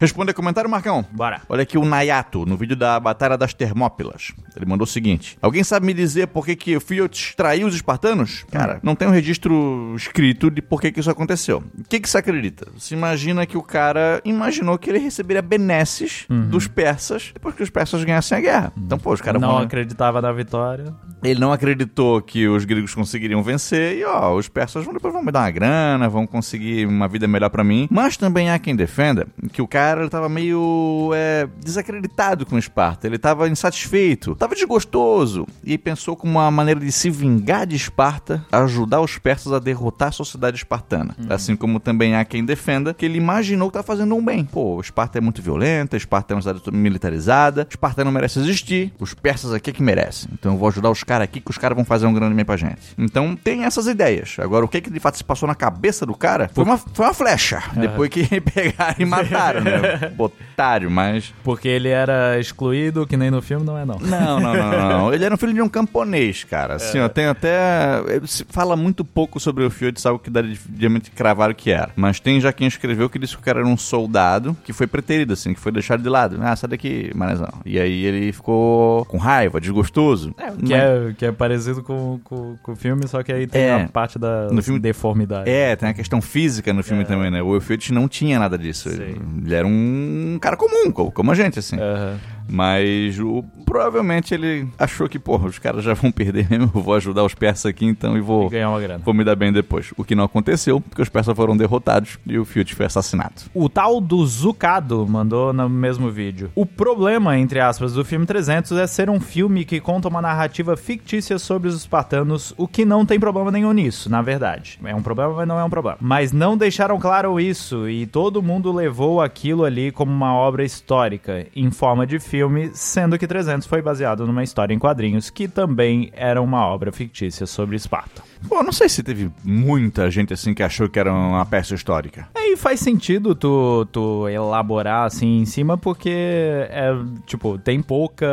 A: Responda comentário, Marcão.
B: Bora.
A: Olha aqui o Nayato, no vídeo da Batalha das Termópilas. Ele mandou o seguinte: Alguém sabe me dizer por que, que Fiat traiu os espartanos? Cara, não tem um registro escrito de por que, que isso aconteceu. O que, que se acredita? Se imagina que o cara imaginou que ele receberia benesses dos persas depois que os persas ganhassem a guerra. Então, pô, os caras
B: Uhum. não
A: vão-
B: acreditava na vitória.
A: Ele não acreditou que os gregos conseguiriam vencer e, ó, os persas vão, depois vão me dar uma grana, vão conseguir uma vida melhor pra mim. Mas também há quem defenda que o cara ele tava meio é, desacreditado com Esparta. Ele tava insatisfeito, tava desgostoso e pensou como uma maneira de se vingar de Esparta, ajudar os persas a derrotar a sociedade espartana. Assim como também há quem defenda que ele imaginou que tá fazendo um bem. Pô, Esparta é muito violenta, Esparta é uma cidade militarizada, Esparta não merece existir, os persas aqui é que merecem. Então eu vou ajudar os caras aqui que os caras vão fazer um grande bem pra gente. Então tem essas ideias. Agora, o que que de fato se passou na cabeça do cara foi uma, foi uma flecha. Depois que *laughs* pegaram e mataram, né? Botário, mas.
B: Porque ele era excluído, que nem no filme, não é não.
A: Não, não, não, não. Ele era um filho de um camponês,
B: É.
A: cara. Assim, ó, tem até. eh, Se fala muito pouco sobre o Fiat, sabe o que dá de diamante cravar o que era. Mas tem já quem escreveu que disse que o cara era um soldado que foi preterido, assim, que foi deixado de lado. Ah, sai daqui, manezão. E aí ele ficou com raiva, desgostoso. É,
B: Que é, que é parecido com, com, com o filme, só que aí tem
A: É.
B: a parte da
A: No filme-
B: deformidade.
A: É, tem a questão física no filme também, né? O Fiat não tinha nada disso.
B: É. Sei. É.
A: Ele era um cara comum, um co- como a gente, assim.
B: Aham.
A: Mas o- provavelmente ele achou que, porra, os caras já vão *laughs* perder mesmo, eu vou ajudar os persas aqui então e vou,
B: Ganhar uma grana.
A: vou me dar bem depois. O que não aconteceu, porque os persas foram derrotados e o Fiat foi assassinado.
B: O tal do Zucado mandou no mesmo vídeo. O problema, entre aspas, do filme 300 é ser um filme que conta uma narrativa fictícia sobre os espartanos, o que não tem problema nenhum nisso, na verdade. É um problema, mas não é um problema. Mas não deixaram claro isso e todo mundo levou aquilo ali como uma obra histórica, em forma de filme, sendo que 300 foi baseado numa história em quadrinhos, que também era uma obra fictícia sobre Esparta.
A: Pô, não sei se teve muita gente assim que achou que era uma peça histórica.
B: Aí É, faz sentido tu, tu elaborar assim em cima, porque é, tipo, tem pouca.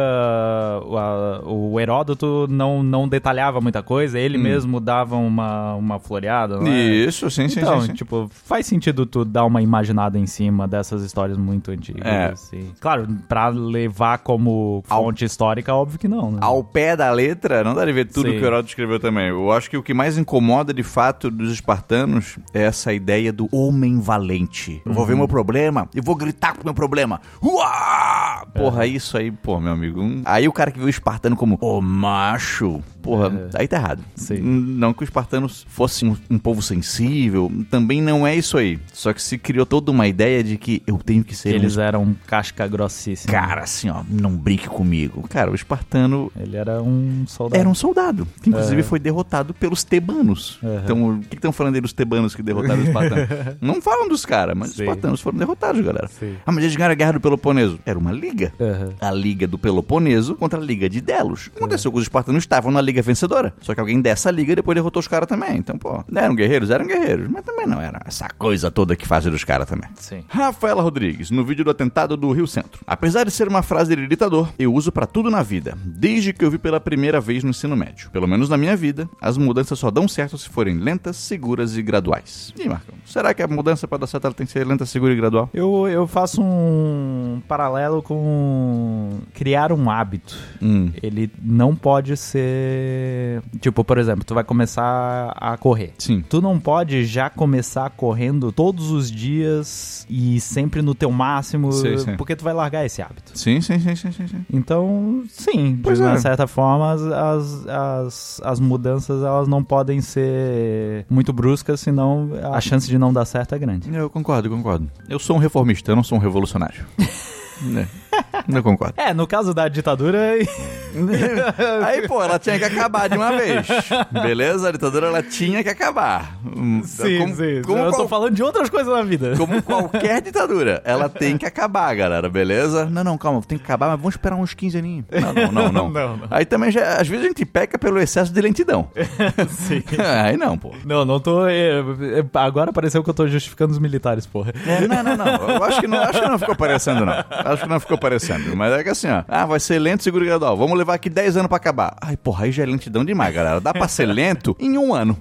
B: o- a- o Heródoto não, não detalhava muita coisa, ele mesmo dava uma, uma floreada. não é?
A: Hum. Isso, sim, sim,
B: Então,
A: sim. sim.
B: tipo, faz sentido tu dar uma imaginada em cima dessas histórias muito antigas.
A: É.
B: assim. Claro, pra levar como
A: Ao-
B: fonte histórica, óbvio que não, né?
A: Ao pé da letra, não daria ver tudo
B: Sim.
A: que o Heródoto escreveu também. Eu acho que o que mais incomoda de fato dos espartanos é essa ideia do homem valente. Eu vou
B: Uhum.
A: ver meu problema e vou gritar com meu problema. Uá!
B: É.
A: Porra, isso aí, pô, meu amigo. hum. Aí o cara que viu o espartano como o macho, porra, aí tá errado.
B: É. Sim.
A: Hum, Não que o espartano fosse um, um povo sensível, também não é isso aí. Só que se criou toda uma ideia de que eu tenho que ser um
B: Eles eram casca grossíssima.
A: cara assim, ó, não brinque comigo. Cara, o espartano
B: Ele era um soldado.
A: era um soldado, que
B: É.
A: inclusive foi derrotado pelos tebanos. Então, o que estão falando aí dos tebanos que derrotaram os
B: *laughs*
A: espartanos? Não falam dos caras, mas
B: Sim.
A: os espartanos foram derrotados, galera.
B: Sim. É.
A: Ah, mas eles ganharam a guerra do Peloponeso. Era uma liga.
B: Aham.
A: A Liga do Peloponeso contra a Liga de Delos. Aconteceu que os espartanos estavam na Liga vencedora. Só que alguém dessa liga depois derrotou os caras também. Então, pô, eram guerreiros? Eram guerreiros. Mas também não era essa coisa toda que fazem dos caras também.
B: Sim.
A: Rafaela Rodrigues, no vídeo do atentado do Rio Centro. Apesar de ser uma frase de ditador, eu uso pra tudo na vida, desde que eu vi pela primeira vez no ensino médio. Pelo menos na minha vida, as mudanças só dão certo se forem lentas, seguras e graduais. E aí, Marcão, será que a mudança pra dar certo ela tem que ser lenta, segura e gradual?
B: Eu, eu faço um paralelo com criar um hábito.
A: Hum.
B: Ele não pode ser. Tipo, por exemplo, tu vai começar a correr.
A: Sim.
B: Tu não pode já começar correndo todos os dias e sempre no teu máximo,
A: Sim, sim.
B: porque tu vai largar esse hábito.
A: Sim, sim, sim, sim, sim. sim.
B: Então, sim,
A: Pois
B: de uma
A: é.
B: certa forma, as, as, as, as mudanças elas não podem ser muito bruscas, senão a chance de não dar certo é grande.
A: Eu concordo, eu concordo. Eu sou um reformista, eu não sou um revolucionário. *laughs* Né? Eu concordo.
B: É, no caso da ditadura, *laughs*
A: *laughs* Aí, pô, ela tinha que acabar de uma vez. Beleza? A ditadura, ela tinha que acabar. Hum,
B: Sim,
A: como-
B: sim.
A: como
B: eu
A: qual-
B: tô falando de outras coisas na vida. *laughs*
A: Como qualquer ditadura, ela tem que acabar, galera, beleza? Não, não, calma, tem que acabar, mas vamos esperar uns 15 aninhos. Não, não, não, não.
B: *laughs* Não, não.
A: Aí também, já, às vezes a gente peca pelo excesso de lentidão.
B: *laughs* Sim.
A: Aí não, pô.
B: Não, não tô. é, é, Agora pareceu que eu tô justificando os militares, porra.
A: É, não, não, não. Eu acho que não, acho que não ficou parecendo, não. Acho que não ficou parecendo. Mas é que assim, ó. Ah, vai ser lento, seguro e gradual. Vamos levar aqui 10 anos pra acabar. Ai, porra, aí já é lentidão demais, galera. Dá pra ser lento em um ano.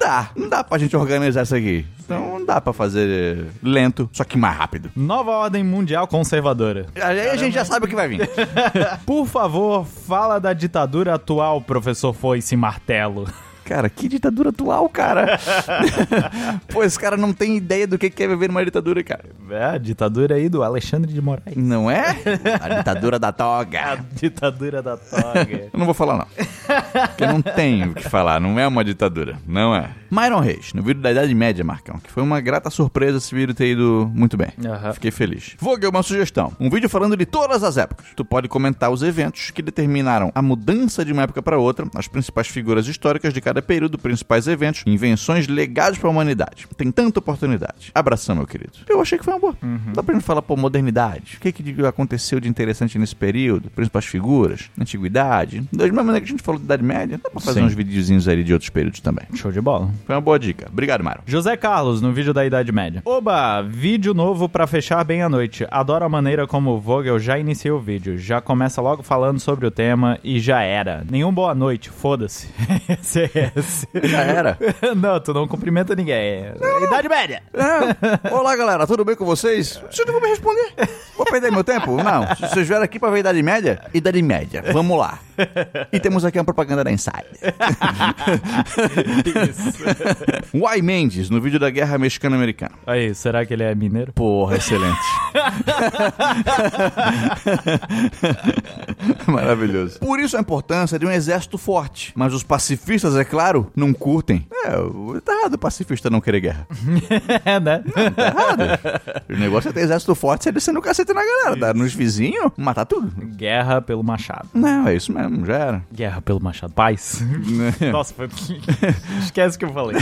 A: Dá. Não dá pra gente organizar isso aqui. Então não dá pra fazer lento, só que mais rápido.
B: Nova ordem mundial conservadora.
A: Aí a gente já sabe o que vai vir.
B: Por favor, fala da ditadura atual, professor Foice Martelo.
A: Cara, que ditadura atual, cara. *laughs* Pô, esse cara não tem ideia do que que é viver numa ditadura, cara.
B: É, a ditadura aí do Alexandre de Moraes. *laughs*
A: Não é? A ditadura da
B: A
A: toga.
B: ditadura
A: *laughs*
B: da toga.
A: Eu não vou falar, não. Porque eu não tenho o que falar. Não é uma ditadura. Não é. Myron Reis, no vídeo da Idade Média, Marcão, que foi uma grata surpresa esse vídeo ter ido muito bem.
B: Aham.
A: Fiquei feliz. Vogel, uma sugestão. Um vídeo falando de todas as épocas. Tu pode comentar os eventos que determinaram a mudança de uma época para outra, as principais figuras históricas de cada período, principais eventos, invenções legados para a humanidade. Tem tanta oportunidade. Abração, meu querido. Eu achei que foi uma boa. Dá pra gente falar, pô, modernidade. O que, que aconteceu de interessante nesse período? Principais figuras, antiguidade. Da mesma maneira que a gente falou da Idade Média, dá pra fazer
B: Sim.
A: uns videozinhos ali de outros períodos também.
B: Show de bola.
A: Foi uma boa dica. Obrigado, Mário.
B: José Carlos, no vídeo da Idade Média. Oba, vídeo novo pra fechar bem a noite. Adoro a maneira como o Vogel já inicia o vídeo. Já começa logo falando sobre o tema e já era. Nenhum boa noite, foda-se. *laughs* Esse é esse.
A: Já era.
B: *laughs* Não, tu não cumprimenta ninguém. Idade Média.
A: É. Olá, galera, tudo bem com vocês? Vocês não vão me responder. Vou perder meu tempo? Não. Se Vocês vieram aqui pra ver Idade Média? Idade Média, vamos lá. E temos aqui a uma propaganda da Inside. Uai Mendes, no vídeo da guerra mexicano-americana.
B: Aí, será que ele é mineiro? *laughs*
A: Porra, excelente. Maravilhoso. Por isso a importância de um exército forte. Mas os pacifistas, é claro, não curtem. É, tá errado o pacifista não querer guerra.
B: é, né?
A: Tá errado. o negócio é ter exército forte, você descendo o cacete na galera. Dar nos vizinhos, matar tudo.
B: Guerra pelo machado.
A: Não, é isso mesmo, já era.
B: Guerra pelo
A: *laughs*
B: machado. Paz. Nossa, foi... esquece que eu falei.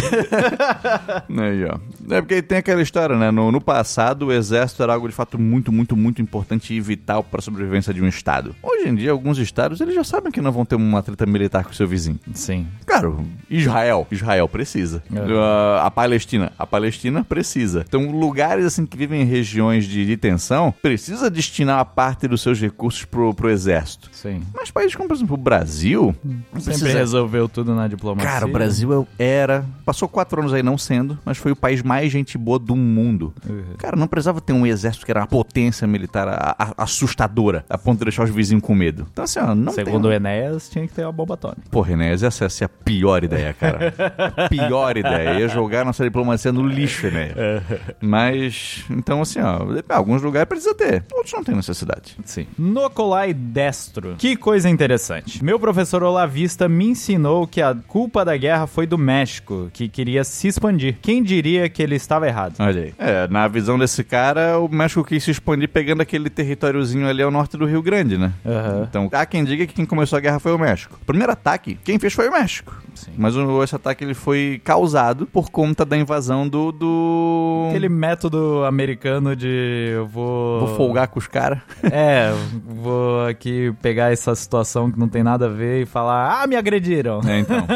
A: Aí, ó. É porque tem aquela história, né? No, no passado, o exército era algo de fato muito, muito, muito importante e vital para a sobrevivência de um estado. Hoje em dia, alguns estados eles já sabem que não vão ter uma treta militar com o seu vizinho.
B: Sim.
A: Claro, Israel. Israel precisa.
B: É.
A: Ah, a Palestina. A Palestina precisa. Então, lugares assim que vivem em regiões de, de tensão precisa destinar a parte dos seus recursos pro, pro exército.
B: Sim.
A: Mas países como, por exemplo, o Brasil.
B: Sempre
A: precisa-
B: resolveu tudo na diplomacia.
A: Cara, o Brasil é o- era. Passou quatro anos aí não sendo, mas foi o país mais gente boa do mundo.
B: Uhum.
A: Cara, não precisava ter um exército que era uma potência militar a- a- assustadora, a ponto de deixar os vizinhos com medo. Então, assim, ó, não
B: Segundo é-
A: tem...
B: o Enéas, tinha que ter uma bomba atômica.
A: Porra, Enéas, essa, essa é a pior ideia, cara. A pior ideia. Ia jogar nossa diplomacia no lixo, Enéas.
B: É.
A: Mas, então, assim, ó, alguns lugares precisa ter, outros não tem necessidade.
B: Sim. Nocolai destro. Que coisa interessante. Meu professor olavista me ensinou que a culpa da guerra foi do México, que queria se expandir. Quem diria que ele estava errado?
A: Olha aí. É, na visão desse cara, o México quis se expandir pegando aquele territóriozinho ali ao norte do Rio Grande, né?
B: Aham.
A: Então, há quem diga que quem começou a guerra foi o México. O primeiro ataque, quem fez foi o México.
B: Sim.
A: Mas o- esse ataque ele foi causado por conta da invasão do. do...
B: Aquele método americano de eu vou.
A: Vou folgar com os caras.
B: É, vou aqui pegar essa situação que não tem nada a ver e falar: ah, me agrediram.
A: É, então.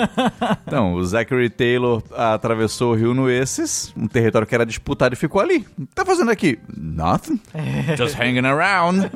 A: então, o Zachary Taylor atravessou o rio Nueces, um território que era disputado e ficou ali. O que Tá fazendo aqui? Nothing. Just hanging around.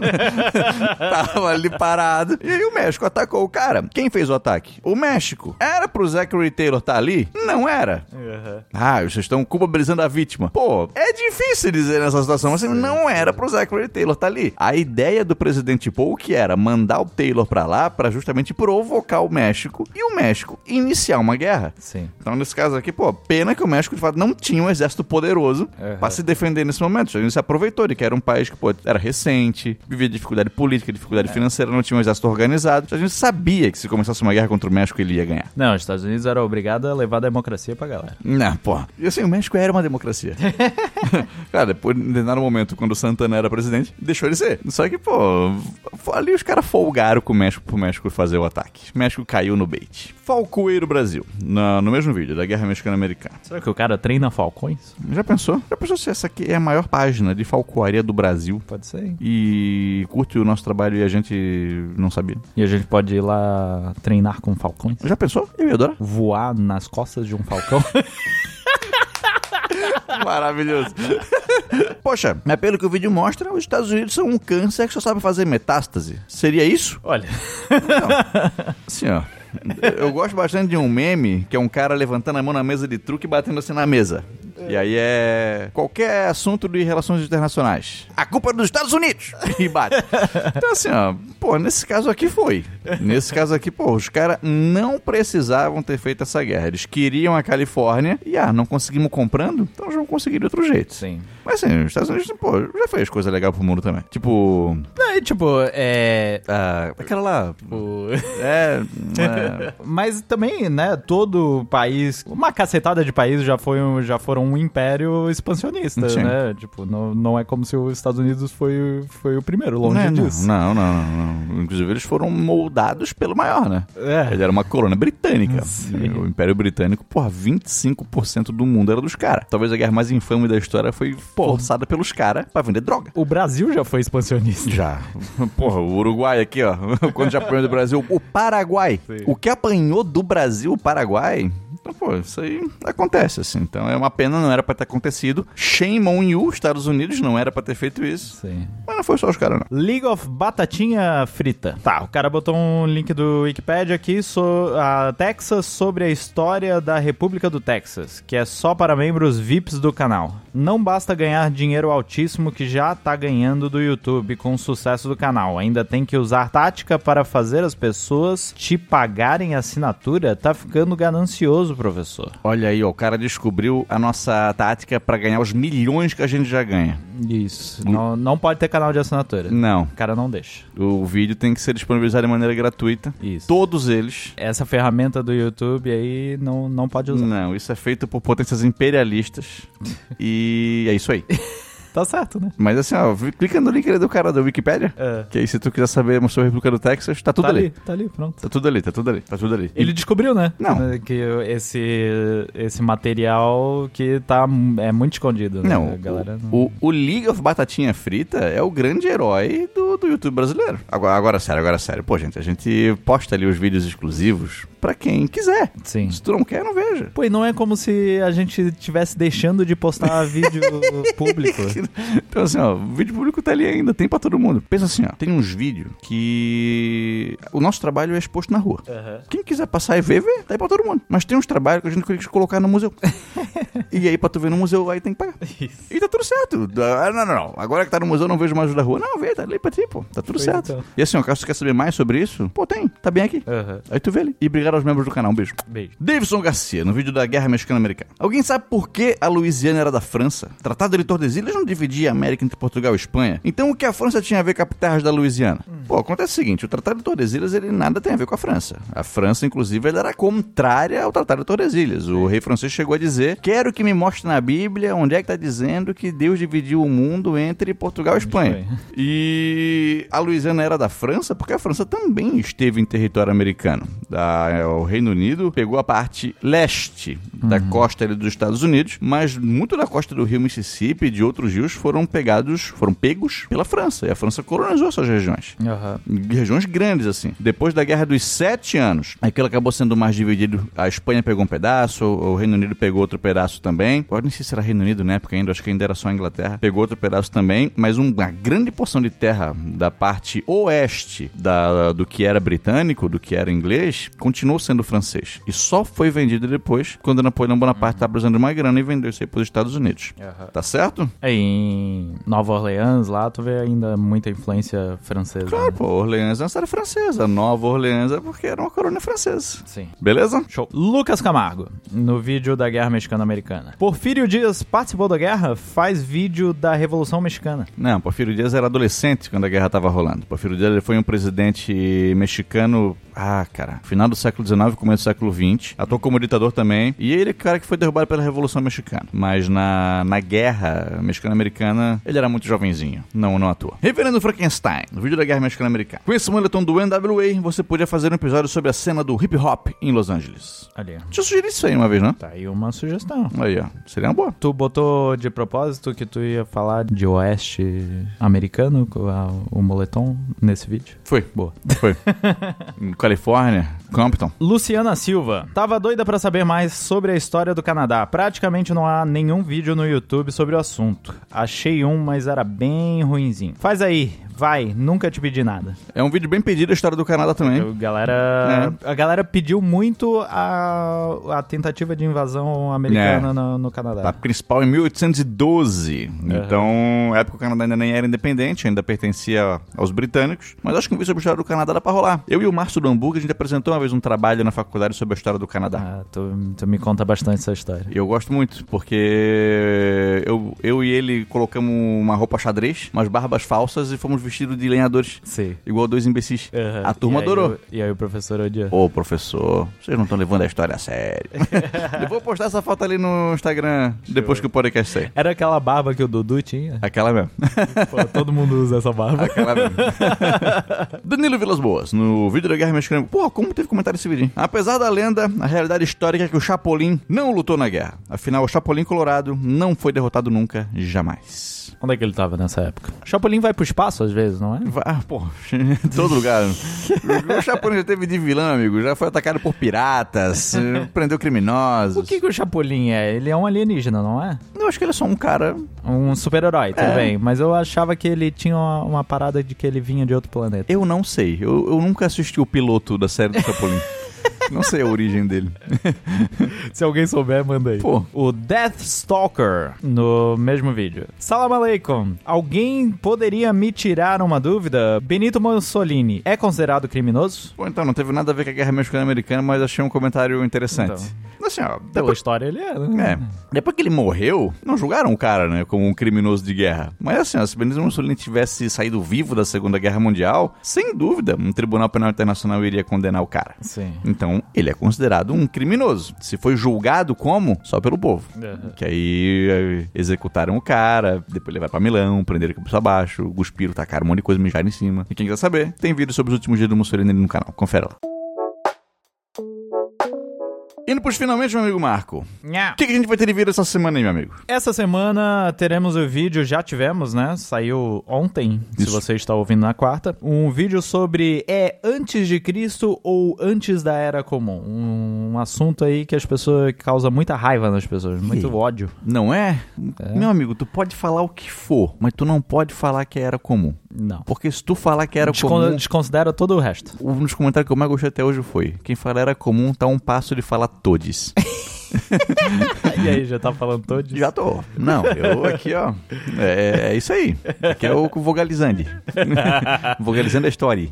A: Tava ali parado. E aí o México atacou o cara. Quem fez o ataque? O México. Era pro Zachary Taylor estar ali? Não era.
B: É.
A: Ah, vocês estão culpabilizando a vítima. Pô, é difícil dizer nessa situação. Assim, não era pro Zachary Taylor tá ali. A ideia do presidente Paul que era mandar o Taylor pra lá pra justamente provocar o México e o México iniciar uma guerra.
B: Sim.
A: Então, nesse caso aqui, pô, pena que o México, de fato, não tinha um exército poderoso
B: Aham.
A: pra se defender nesse momento. Ele se aproveitou de que era um país que, pô, era recente, vivia dificuldade política, dificuldade financeira, não tinha um exército organizado. A gente sabia que se começasse uma guerra contra o México, ele ia ganhar.
B: Não, os Estados Unidos era obrigado a levar a democracia pra galera.
A: Não, pô. E assim, o México era uma democracia. cara, depois, em determinado momento, quando o Santana era presidente, deixou ele ser. Só que, pô, f- ali os caras folgaram com o México pro México fazer o ataque. O México caiu no bait. Falcoeiro Brasil, na- no mesmo vídeo, da Guerra Mexicana-Americana.
B: Será que o cara treina falcões?
A: Já pensou? Já pensou se essa aqui é a maior página de falcoaria do Brasil?
B: Pode ser, hein?
A: E curte o nosso trabalho e a gente não sabia.
B: E a gente pode ir lá treinar com falcões?
A: Já pensou? Eu ia adorar.
B: Voar nas costas de um falcão?
A: Maravilhoso. Poxa, mas pelo que o vídeo mostra, os Estados Unidos são um câncer que só sabe fazer metástase. Seria isso?
B: *laughs* Olha.
A: Assim, ó. Eu gosto bastante de um meme que é um cara levantando a mão na mesa de truque e batendo assim na mesa. E aí é. Qualquer assunto de relações internacionais. A culpa é dos Estados Unidos! *laughs* E bate. Então, assim, ó. Pô, nesse caso aqui foi. Nesse caso aqui, pô, os caras não precisavam ter feito essa guerra. Eles queriam a Califórnia e, ah, não conseguimos comprando? Então já vão conseguir de outro jeito.
B: Sim.
A: Mas assim, os Estados Unidos, pô, já fez coisa legal pro mundo também. Tipo.
B: Não, e tipo, é. tipo,
A: ah, aquela lá.
B: o-
A: É. é,
B: *laughs* Mas também, né, todo país, uma cacetada de países já, foi um- já foram um império expansionista,
A: Sim.
B: né? Tipo, não, não é como se os Estados Unidos foi, o- foi o primeiro, longe
A: né, não,
B: disso.
A: não, não, não, não. Inclusive, eles foram moldados pelo maior, né?
B: É.
A: Ele era uma colônia britânica.
B: Sim.
A: O Império Britânico, porra, 25% do mundo era dos caras. Talvez a guerra mais infame da história foi forçada pelos caras pra vender droga.
B: O Brasil já foi expansionista.
A: Já. Porra, o Uruguai aqui, ó. *laughs* Quando já apanhou do Brasil. O Paraguai.
B: Sim.
A: O que apanhou do Brasil o Paraguai. Então, pô, isso aí acontece, assim. Então é uma pena, não era pra ter acontecido. Shame on you, Estados Unidos, não era pra ter feito isso.
B: Sim.
A: Mas não foi só os caras, não.
B: League of Batatinha Frita. Tá, o cara botou um link do Wikipedia aqui, so, a Texas, sobre a história da República do Texas, que é só para membros VIPs do canal. Não basta ganhar dinheiro altíssimo que já tá ganhando do YouTube com o sucesso do canal. Ainda tem que usar tática para fazer as pessoas te pagarem assinatura. Tá ficando ganancioso, professor.
A: Olha aí, ó, o cara descobriu a nossa tática pra ganhar os milhões que a gente já ganha.
B: Isso. Não, não pode ter canal de assinatura.
A: Não,
B: O cara não deixa.
A: o vídeo tem que ser disponibilizado de maneira gratuita.
B: Isso.
A: Todos eles.
B: Essa ferramenta do YouTube aí não, não pode usar.
A: Não, isso é feito por potências imperialistas. e é isso aí.
B: Tá certo, né?
A: Mas assim, ó, vi- clica no link ali do cara da Wikipédia.
B: É.
A: Que aí, se tu quiser saber sobre a República do Texas, tá tudo
B: tá
A: ali.
B: ali, tá ali, pronto.
A: Tá tudo ali, tá tudo ali, tá tudo ali.
B: Ele descobriu, né?
A: Não.
B: Que esse, esse material que tá é muito escondido, né?
A: Não,
B: A galera não-
A: o, o League of Batatinha Frita é o grande herói do, do YouTube brasileiro. Agora, agora sério, agora sério. Pô, gente, a gente posta ali os vídeos exclusivos pra quem quiser.
B: Sim.
A: Se tu não quer, não veja. *laughs*
B: Pô, e não é como se a gente estivesse deixando de *laughs* postar vídeo público.
A: Então, assim, ó, o vídeo público tá ali ainda, tem pra todo mundo. Pensa assim, ó, tem uns vídeos que o nosso trabalho é exposto na rua. Quem quiser passar e ver, vê, tá aí pra todo mundo. Mas tem uns trabalhos que a gente queria colocar no
B: *laughs*
A: museu. e aí, pra tu ver no museu, aí tem que pagar.
B: Isso.
A: E tá tudo certo. Ah, Não, não, não. Agora que tá no museu, não vejo mais os da rua. Não, vê, tá ali pra ti, pô. Tá tudo
B: Pois
A: certo.
B: então.
A: E assim, ó, caso tu quer saber mais sobre isso, pô, tem. Tá bem aqui.
B: Aham.
A: Aí tu vê ali. E obrigado aos membros do canal. Um beijo.
B: Beijo.
A: Davidson Garcia, no vídeo da Guerra Mexicana-Americana. Alguém sabe por que a Louisiana era da França? O Tratado de Tordesilhas não dividia a América entre Portugal e Espanha. Então o que a França tinha a ver com a terras da Louisiana? Pô, acontece o seguinte, o Tratado de Tordesilhas ele nada tem a ver com a França. A França, inclusive, ela era contrária ao Tratado de Tordesilhas. O rei francês chegou a dizer, quero que me mostre na Bíblia onde é que tá dizendo que Deus dividiu o mundo entre Portugal e Espanha.
B: Espanha.
A: E a Louisiana era da França porque a França também esteve em território americano. Da- é, o Reino Unido pegou a parte leste da costa ali dos Estados Unidos, mas muito da costa do rio Mississippi e de outros rios foram pegados, foram pegos pela França. E a França colonizou essas regiões
B: Aham.
A: regiões grandes, assim. Depois da Guerra dos Sete Anos, aquilo acabou sendo mais dividido. A Espanha pegou um pedaço, o Reino Unido pegou outro pedaço também. Agora nem sei se era Reino Unido na época ainda, acho que ainda era só a Inglaterra. Pegou outro pedaço também, mas um, uma grande porção de terra da parte oeste da, do que era britânico, do que era inglês, continuou sendo francês. E só foi vendido depois, quando Napoleão Bonaparte estava precisando de uma grana e vendeu isso aí para os Estados Unidos.
B: Aham.
A: Tá certo?
B: Aí, em Nova Orleans, lá tu vê ainda muita influência francesa.
A: Claro,
B: né?
A: pô, Orleans é uma cidade francesa. Nova Orleans é porque era uma colônia francesa.
B: Sim.
A: Beleza?
B: Show. Lucas Camargo, no vídeo da Guerra Mexicana-Americana. Porfírio Dias participou da guerra, faz vídeo da Revolução Mexicana.
A: Não, Porfírio Dias era adolescente quando a guerra estava rolando. Porfírio Dias ele foi um presidente mexicano, ah, cara, final do século XIX, começo do século XX. Atuou como ditador também. E ele, é o cara, que foi derrubado pela Revolução Mexicana. Mas na, na guerra mexicana-americana, ele era muito jovenzinho. Não, não atua. Reverendo Frankenstein, no vídeo da guerra mexicana-americana. Com esse moletom do NWA, você podia fazer um episódio sobre a cena do hip hop em Los Angeles.
B: Ali, ó.
A: Deixa eu sugerir isso aí uma vez, né?
B: Tá aí uma sugestão.
A: Aí, ó. Seria uma boa.
B: Tu botou de propósito que tu ia falar de oeste americano, com a- o moletom, nesse vídeo?
A: Foi.
B: Boa.
A: Foi. Em Califórnia, Compton.
B: Luciana Silva. Tava doida pra saber mais sobre a história do Canadá. Praticamente não há nenhum vídeo no YouTube sobre o assunto. Achei um, mas era bem ruinzinho. Faz aí, vai, nunca te pedi nada.
A: É um vídeo bem pedido a história do Canadá também.
B: A galera, a galera pediu muito a, a tentativa de invasão americana
A: É.
B: no, no Canadá.
A: A principal em 1812. Então, época que o Canadá ainda nem era independente, ainda pertencia aos britânicos. Mas acho que um vídeo sobre a história do Canadá dá pra rolar. Eu e o Márcio do Hamburgo, a gente apresentou uma vez um trabalho na faculdade sobre a história do Canadá.
B: Ah, tu, tu me conta bastante essa história.
A: E Eu gosto muito, porque eu, eu e ele colocamos uma roupa xadrez, umas barbas falsas e fomos vestidos de lenhadores.
B: Sim.
A: Igual dois imbecis.
B: Aham.
A: A turma
B: E aí
A: adorou.
B: o- e aí o professor odiou.
A: Ô, professor, vocês não estão levando a história a sério. eu vou postar essa foto ali no Instagram depois que o podcast sair.
B: Era aquela barba que o Dudu *laughs* tinha?
A: Aquela *laughs* mesmo.
B: Pô, todo mundo usa essa barba.
A: Aquela mesmo. *laughs* Danilo Vilas Boas, no vídeo da Guerra Mexicana. Pô, como teve comentário esse vídeo, hein? Apesar da lenda, a realidade histórica é que o Chapolin não lutou na guerra. Afinal, o Chapolin Colorado não foi derrotado nunca, jamais.
B: Onde é que ele tava nessa época? Chapolin vai pro espaço às vezes, não é?
A: Va- Ah, pô, em *laughs* todo lugar. o Chapolin já teve de vilão, amigo. Já foi atacado por piratas, eh, prendeu criminosos.
B: O que, que o Chapolin é? Ele é um alienígena, não é?
A: Eu acho que ele é só um cara
B: Um super-herói, tudo
A: É.
B: bem. Mas eu achava que ele tinha uma, uma parada de que ele vinha de outro planeta.
A: *laughs* Eu não sei. Eu, eu nunca assisti o piloto da série do Chapolin. Não sei a origem dele.
B: Se alguém souber, manda aí.
A: Pô.
B: O Deathstalker, no mesmo vídeo. Salam aleikum. Alguém poderia me tirar uma dúvida? Benito Mussolini é considerado criminoso?
A: Pô, então, não teve nada a ver com a guerra mexicana-americana, mas achei um comentário interessante. Assim, ó,
B: Pela
A: depois,
B: história, ele é, né?
A: é, depois que ele morreu, não julgaram o cara, né, como um criminoso de guerra. Mas assim, ó, se Benito Mussolini tivesse saído vivo da Segunda Guerra Mundial, sem dúvida, um tribunal penal internacional iria condenar o cara.
B: Sim.
A: Então, ele é considerado um criminoso. Se foi julgado como? Só pelo povo.
B: Uhum.
A: Que aí eh, executaram o cara, depois levaram pra Milão, prenderam cabeça abaixo, cuspiram, tacaram um monte de coisa, mijaram em cima. E quem quiser saber, tem vídeo sobre os últimos dias do Mussolini no canal. Confere lá. Indo pros finalmente, meu amigo Marco.
B: Nha.
A: O que, que a gente vai ter de vídeo essa semana aí, meu amigo?
B: Essa semana teremos o vídeo, já tivemos, né? Saiu ontem, se
A: Isso.
B: você está ouvindo na quarta. Um vídeo sobre é antes de Cristo ou antes da Era Comum. Um assunto aí que as pessoas que causa muita raiva nas pessoas, muito ódio.
A: Não é? Meu amigo, tu pode falar o que for, mas tu não pode falar que era comum.
B: Não.
A: Porque se tu falar que era
B: Descon-
A: comum...
B: Desconsidera todo o resto.
A: Um dos comentários que eu mais gostei até hoje foi: quem fala era comum tá um passo de falar todes.
B: *laughs* e aí, já tá falando todo disso?
A: *laughs* Já tô. Não, eu aqui, ó. É, é isso aí. Aqui é o *laughs* vogalizando. vogalizando a história.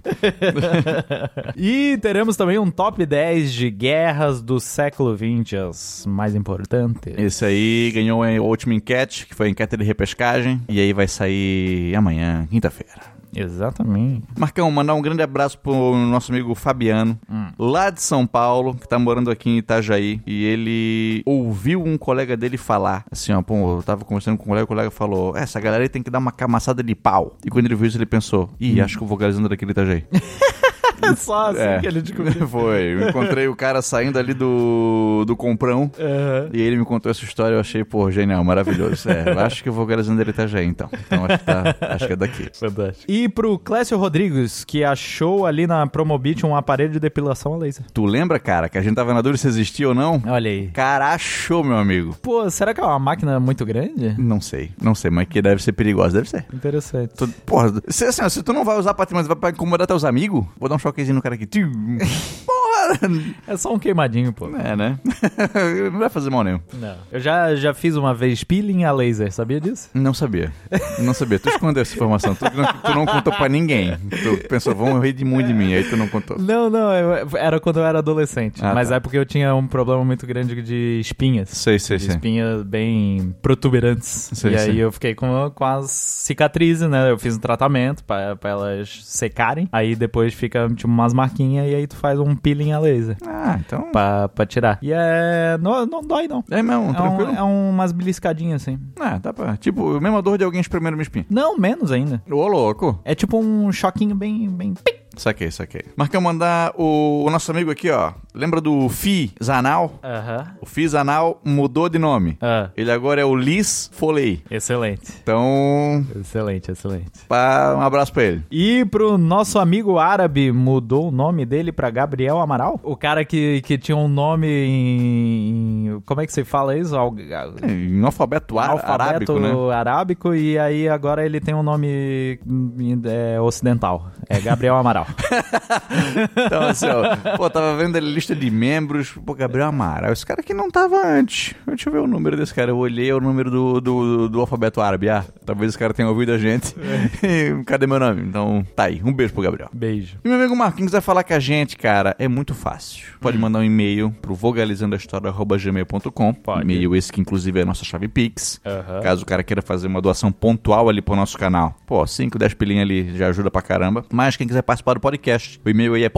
B: E teremos também um top 10 de guerras do século XX, as mais importantes.
A: Esse aí ganhou a última enquete, que foi a enquete de repescagem. E aí vai sair amanhã, quinta-feira.
B: Exatamente.
A: Marcão, mandar um grande abraço pro nosso amigo Fabiano,
B: Hum.
A: lá de São Paulo, que tá morando aqui em Itajaí. E ele ouviu um colega dele falar, assim, ó, pô, eu tava conversando com um colega, o colega falou, "É, essa galera aí tem que dar uma camaçada de pau. E quando ele viu isso, ele pensou, ih, acho que eu vou galizando daquele Itajaí.
B: *laughs* Hum. *laughs* É só assim
A: É.
B: que ele descobriu.
A: *laughs* Foi, eu encontrei o cara saindo ali do, do comprão.
B: *laughs* Aham.
A: E ele me contou essa história, eu achei, pô, genial, maravilhoso. É, eu acho que eu vou galizando ele Itajaí, então. Então acho que, tá- acho que é daqui.
B: Fantástico. E pro Clécio Rodrigues, que achou ali na Promobit um aparelho de depilação a laser.
A: Tu lembra, cara, que a gente tava na dúvida se existia ou não?
B: Olha aí.
A: Cara, achou, meu amigo.
B: Pô, será que é uma máquina muito grande?
A: Não sei, não sei, mas que deve ser perigosa, deve ser.
B: Interessante.
A: Tu- porra, se, assim, ó, se tu não vai usar pra ti, mas vai pra incomodar teus amigos, vou dar um choquezinho no cara aqui.
B: *laughs*
A: Tiu. porra!
B: É só um queimadinho, pô.
A: É, né? *laughs* não vai fazer mal nenhum.
B: Não. Eu já, já fiz uma vez peeling a laser, sabia disso?
A: Não sabia. Não sabia. Tu escondeu essa informação. Tu não, tu não contou pra ninguém. Tu pensou, vão rir de muito de mim. Aí tu não contou.
B: Não, não, eu- era quando eu era adolescente.
A: Ah,
B: mas
A: tá.
B: é porque eu tinha um problema muito grande de espinhas.
A: Sei, sei,
B: De
A: sei.
B: espinhas bem protuberantes.
A: Sei,
B: e aí
A: sei.
B: eu fiquei com, com as cicatrizes, né? Eu fiz um tratamento pra, pra elas secarem. Aí depois fica tipo umas marquinhas e aí tu faz um peeling a laser
A: Ah, então.
B: pra, pra tirar. E é. Não, não dói, não.
A: É mesmo,
B: É, um,
A: tranquilo?
B: é umas beliscadinhas assim.
A: Ah, dá pra. Tipo, a mesma dor de alguém espremendo minha espinha.
B: Não, menos ainda.
A: Ô, louco.
B: É tipo um choquinho bem. bem...
A: Saquei, saquei. Marcão, mandar o, o nosso amigo aqui, ó. Lembra do Fi Zanal?
B: Aham.
A: O Fi Zanal mudou de nome.
B: Ah,
A: Ele agora é o Liz Foley.
B: excelente.
A: Então,
B: Excelente, excelente.
A: pá, um abraço pra ele.
B: E pro nosso amigo árabe, mudou o nome dele pra Gabriel Amaral? O cara que, que tinha um nome em, em- Como é que se fala isso? Al-
A: É, Em alfabeto ar- arábico, né?
B: arábico, e aí agora ele tem um nome hum, é, ocidental. É Gabriel Amaral.
A: Então, assim, ó, pô, tava vendo a lista de membros. Pô, Gabriel Amaral, esse cara aqui não tava antes. Deixa eu ver o número desse cara. Eu olhei é o número do, do, do alfabeto árabe. Ah, talvez esse cara tenha ouvido a gente. *laughs* Cadê meu nome? Então, tá aí. Um beijo pro Gabriel.
B: *laughs* Beijo.
A: E meu amigo Marco, quem quiser falar com a gente, cara, é muito fácil. Pode
B: Hum.
A: mandar um e-mail pro vogalizandohistoria.gmail.com.
B: Pode.
A: E-mail esse que inclusive é a nossa chave Pix.
B: Aham.
A: Caso o cara queira fazer uma doação pontual ali pro nosso canal. Pô, 5, 10 pilinhas ali já ajuda pra caramba. Mas quem quiser participar do podcast, o e-mail aí é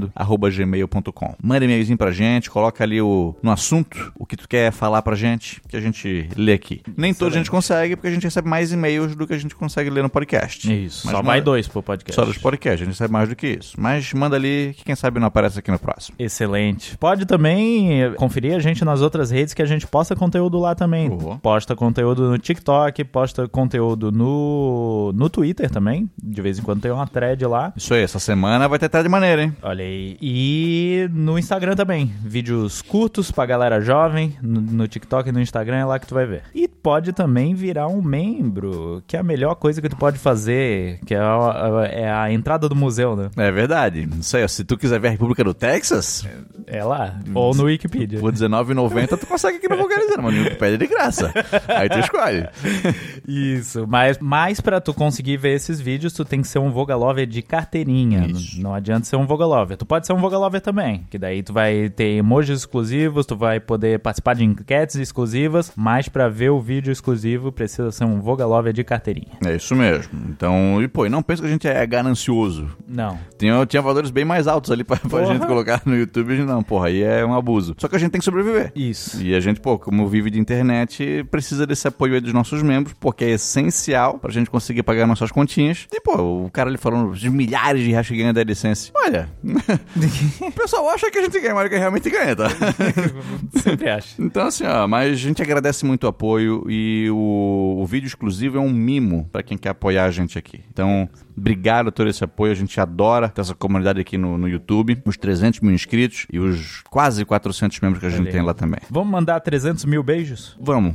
A: podcastdovogalizando.gmail.com. Manda e-mailzinho pra gente, coloca ali o, no assunto o que tu quer falar pra gente, que a gente lê aqui. Nem toda a gente consegue, porque a gente recebe mais e-mails do que a gente consegue ler no podcast.
B: Isso.
A: Mas
B: Só
A: manda-
B: vai dois pro podcast.
A: só dos podcasts, a gente sabe mais do que isso. Mas manda ali, que quem sabe não aparece aqui no próximo.
B: Excelente. Pode também conferir a gente nas outras redes que a gente posta conteúdo lá também.
A: Uhum.
B: Posta conteúdo no TikTok, posta conteúdo no, no Twitter também. De vez em quando tem uma thread lá.
A: Isso aí, essa semana vai ter tarde maneira, hein?
B: Olha aí. E no Instagram também. Vídeos curtos pra galera jovem. No, no TikTok e no Instagram é lá que tu vai ver. E pode também virar um membro, que é a melhor coisa que tu pode fazer, que é a, é a entrada do museu, né?
A: É verdade. Isso aí, ó, se tu quiser ver a República do Texas,
B: É lá. Ou no Wikipedia.
A: por R$19,90 tu consegue aqui no Vulgarizando, mas no Wikipedia é de graça. Aí tu escolhe.
B: *laughs* Isso, mas, mas para tu conseguir ver esses vídeos, tu tem que ser um Vogalover de carteirinha. N-
A: Isso.
B: Não adianta ser um Vogalover. Tu pode ser um Vogalover também, que daí tu vai ter emojis exclusivos, tu vai poder participar de enquetes exclusivas, mas para ver o vídeo exclusivo precisa ser um Vogalover de carteirinha.
A: É isso mesmo. Então, e pô, e não pensa que a gente é ganancioso.
B: Não.
A: Tinha, tinha valores bem mais altos ali pra, pra
B: Porra.
A: gente colocar no YouTube. Não, porra, aí é um abuso. Só que a gente tem que sobreviver.
B: Isso.
A: E a gente, pô, como vive de internet, precisa desse apoio aí dos nossos membros, porque é essencial pra gente conseguir pagar nossas continhas. E, pô, o cara ali falando de milhares de reais que ganha da licença. Olha, *laughs* o pessoal acha que a gente ganha, mas que realmente ganha, tá? *laughs*
B: Sempre acho.
A: Então, assim, ó, mas a gente agradece muito o apoio e o, o vídeo exclusivo é um mimo pra quem quer apoiar a gente aqui. Então, obrigado a todo esse apoio. A gente adora ter essa comunidade aqui no, no YouTube, os 300 mil inscritos e os quase 400 membros que a gente
B: Olha aí.
A: tem lá também.
B: Vamos mandar 300 mil beijos?
A: Vamos.